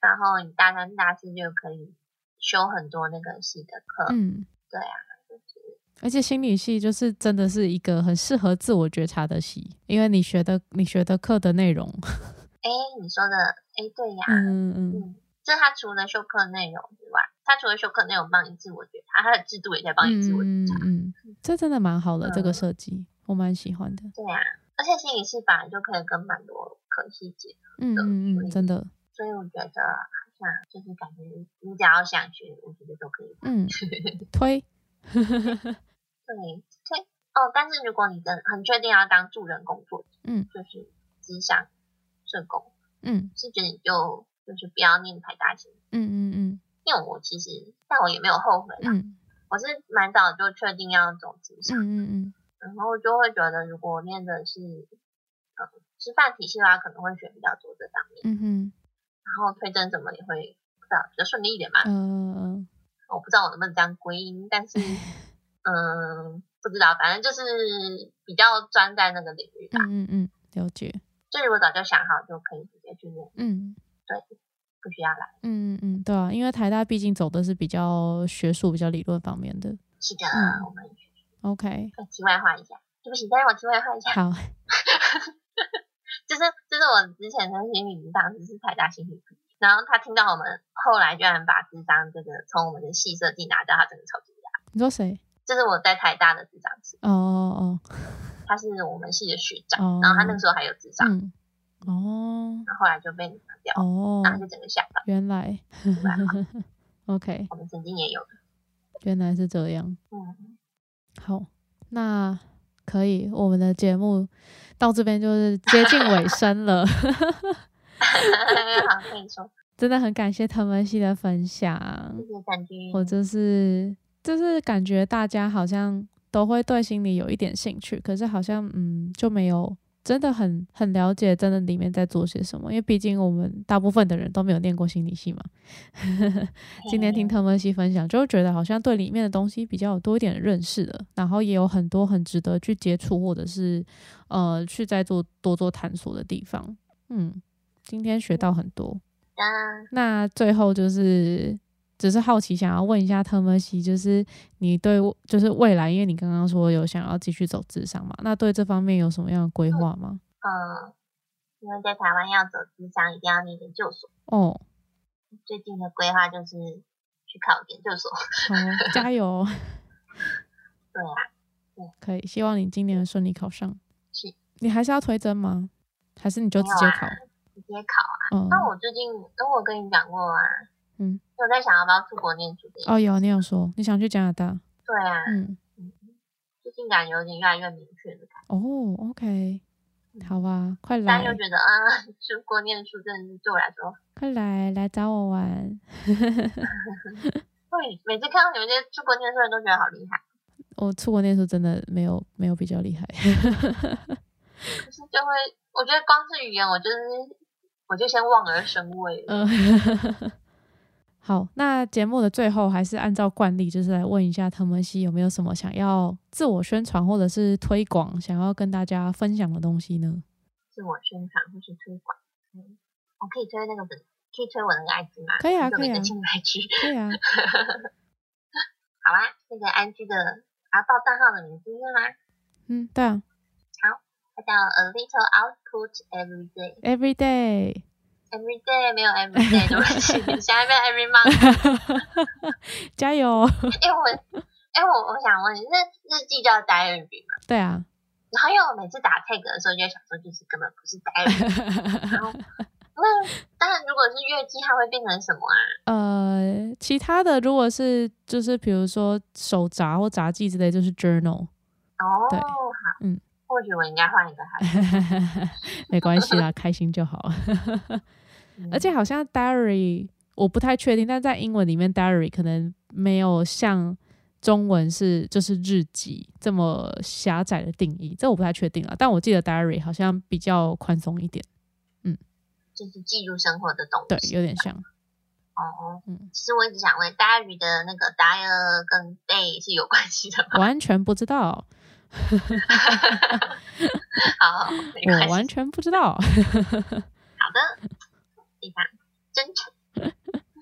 A: 然后你大三、大四就可以修很多那个系的课，
B: 嗯，
A: 对啊，
B: 而且心理系就是真的是一个很适合自我觉察的系，因为你学的你学的课的内容，
A: 哎，你说的，哎，对呀、
B: 嗯嗯
A: 就是他除了修课内容之外，他除了修课内容帮你自我觉察，他的制度也在帮你自我觉
B: 嗯
A: 察。
B: 嗯嗯，这真的蛮好的，
A: 嗯
B: 这个设计我蛮喜欢的，
A: 对啊，而且心理系本来就可以跟蛮多科系结合，
B: 嗯嗯嗯，真的，
A: 所以我觉得好像就是感觉你只要想学，我觉得都可以。
B: 嗯， 推，
A: 对，对哦，但是如果你真的很确定要当助人工作者，
B: 嗯，
A: 就是只想社工，
B: 嗯
A: 是觉得你就就是不要念台大心理，
B: 嗯嗯
A: 因为我其实但我也没有后悔
B: 嗯
A: 啦，
B: 嗯
A: 我是蛮早就确定要走职
B: 嗯
A: 场，
B: 嗯
A: 然后就会觉得如果念的是呃师范体系的话，可能会选比较多这方面，
B: 嗯嗯
A: 然后推甄什么也会比较比较顺利一点嘛，
B: 嗯，
A: 我不知道我能不能这样归因，但 是嗯，不知道，反正就是比较专在那个领域
B: 呃，
A: 吧。
B: 嗯嗯嗯，了解，
A: 就如果早就想好，就可以直接去念，
B: 嗯。
A: 对，不需要来。
B: 嗯嗯嗯，对啊，因为台大毕竟走的是比较学术、比较理论方面的。
A: 是的，
B: 嗯
A: 我们
B: OK，
A: 再题外话一下，对不起，再让我题外话一下，
B: 好，
A: 就是就是我之前的心理指导师是台大心理系，然后他听到我们后来居然把智商这个从我们的系设计拿掉，他真的超级讶讶。
B: 你说谁？
A: 这是我在台大的智障师，
B: 哦哦
A: 他是我们系的学长，
B: 哦
A: 然后他那个时候还有智
B: 哦，
A: 障，
B: 嗯，哦
A: 然后后来就被拿掉，
B: 哦，
A: 然后就整个吓 到。
B: 原来，OK，
A: 我们曾经也有，
B: 原来是这样。
A: 嗯，
B: 好，那可以，我们的节目到这边就是接近尾声了，
A: 好，可以说
B: 真的很感谢藤文系的分享
A: 谢。谢感君，
B: 我就是就是感觉大家好像都会对心理有一点兴趣，可是好像嗯就没有真的很很了解真的里面在做些什么，因为毕竟我们大部分的人都没有念过心理系嘛。今天听
A: 嘿
B: 藤文熙分享，就会觉得好像对里面的东西比较有多一点的认识了，然后也有很多很值得去接触或者是呃去再做多做探索的地方。嗯，今天学到很多。
A: 嗯，
B: 那最后就是，只是好奇想要问一下特莫西，就是你对就是未来，因为你刚刚说有想要继续走智商嘛，那对这方面有什么样的规划吗？
A: 呃，因为在台湾要走智商，一定要念研究所。
B: 哦，
A: 最近的规划就是去考研究所。
B: 好，加油哦！
A: 对啊，
B: 可以，希望你今年顺利考上。
A: 是，
B: 你还是要推甄吗？还是你就直接考？
A: 直接考。
B: 嗯
A: 啊那、我最近，因为我跟你讲过啊，
B: 嗯，
A: 我在想要不要出国念书的。
B: 哦，有你有说你想去加拿大？
A: 对啊，
B: 嗯，
A: 最近感觉有点越来越明确的感觉，
B: 哦，OK，好啊，快
A: 但
B: 来
A: 又，觉得啊，出国念书真的是对我来说
B: 快来来找我玩。
A: 对，每次看到你们这些出国念书人都觉得好厉害，
B: 我出国念书真的没有没有比较厉害，
A: 可是就会，我觉得光是语言，我就是我就先望而生畏了。
B: 嗯， 好，那节目的最后还是按照惯例，就是来问一下藤们西有没有什么想要自我宣传或者是推广，想要跟大家分享的东西呢？
A: 自我宣传或是推广，嗯，我可以推那个本，可以推我那个 IG 吗？
B: 可以啊
A: 就
B: 可以
A: 每
B: 啊
A: 个新的 IG。
B: 对啊，
A: 好啊，那个 IG 的啊报账号的名字是吗？
B: 嗯，对啊
A: 它叫 A Little Output Every Day。
B: ，Every Day，
A: Every day 没有 Every day，对不 起，下一遍 Every month。
B: 加油！
A: 哎、我，哎、我我想问你，那日记叫 diary 吗？
B: 对啊，
A: 然后因为我每次打 tag 的时候，就会想说，就是根本不是 diary。然 后，那当然，如果是月记，它会变成什么啊？
B: 呃，其他的如果是就是比如说手札或杂记之类，就是 Journal，
A: 哦，
B: 对
A: 好，
B: 嗯，
A: 或许我应该换一个好 了。
B: 没关系啦，开心就好。
A: 嗯
B: 而且好像 diary 我不太确定，但在英文里面 diary 可能没有像中文是就是日记这么狭窄的定义，这我不太确定了。但我记得 diary 好像比较宽松一点，
A: 就是记录生活的东
B: 对，
A: 西。
B: 有点像。
A: 哦，
B: 嗯
A: 其实我一直想问，diary 的那个 dial 跟 day 是有关系的吗？
B: 完全不知道，
A: 好，没关
B: 我
A: 系。
B: 完全不知道。
A: 好的，非常真诚。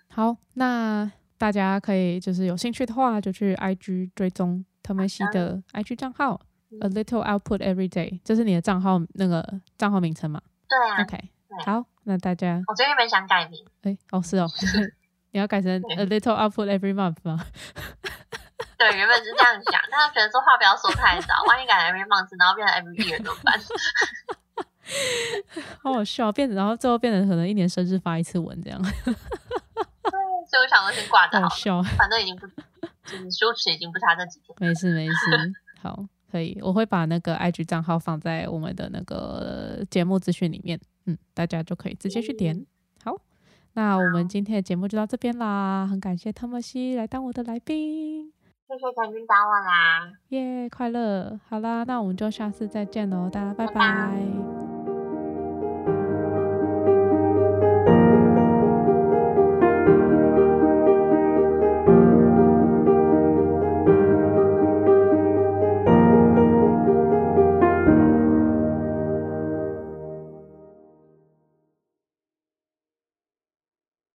B: 好，那大家可以就是有兴趣的话，就去 IG 追踪特梅西的 IG 账号
A: 嗯
B: ，A Little Output Every Day，这是你的账号那个账号名称嘛
A: 对啊，
B: ？OK，好，那大家，
A: 我最近本想改名，
B: 哎，哦是哦， 你要改成 A Little Output Every Month 吗？
A: 对，原本是这样想，但是觉得说话不要说太早，万一改成 every month，然后变成 every year 怎么办？
B: 好好笑，变成然后最后变成可能一年生日发一次文这样，
A: 所以我想说先挂着好
B: 好
A: 了，
B: 笑。
A: 反正已经不就是羞耻已经不差这几天。
B: 没事没事，好，可以，我会把那个 IG 账号放在我们的那个节目资讯里面，嗯，大家就可以直接去点。好，那我们今天的节目就到这边啦，很感谢汤姆西来当我的来宾，
A: 谢谢陈军找我啦。
B: 耶、快乐！好啦，那我们就下次再见喽，大家拜
A: 拜
B: 拜
A: 拜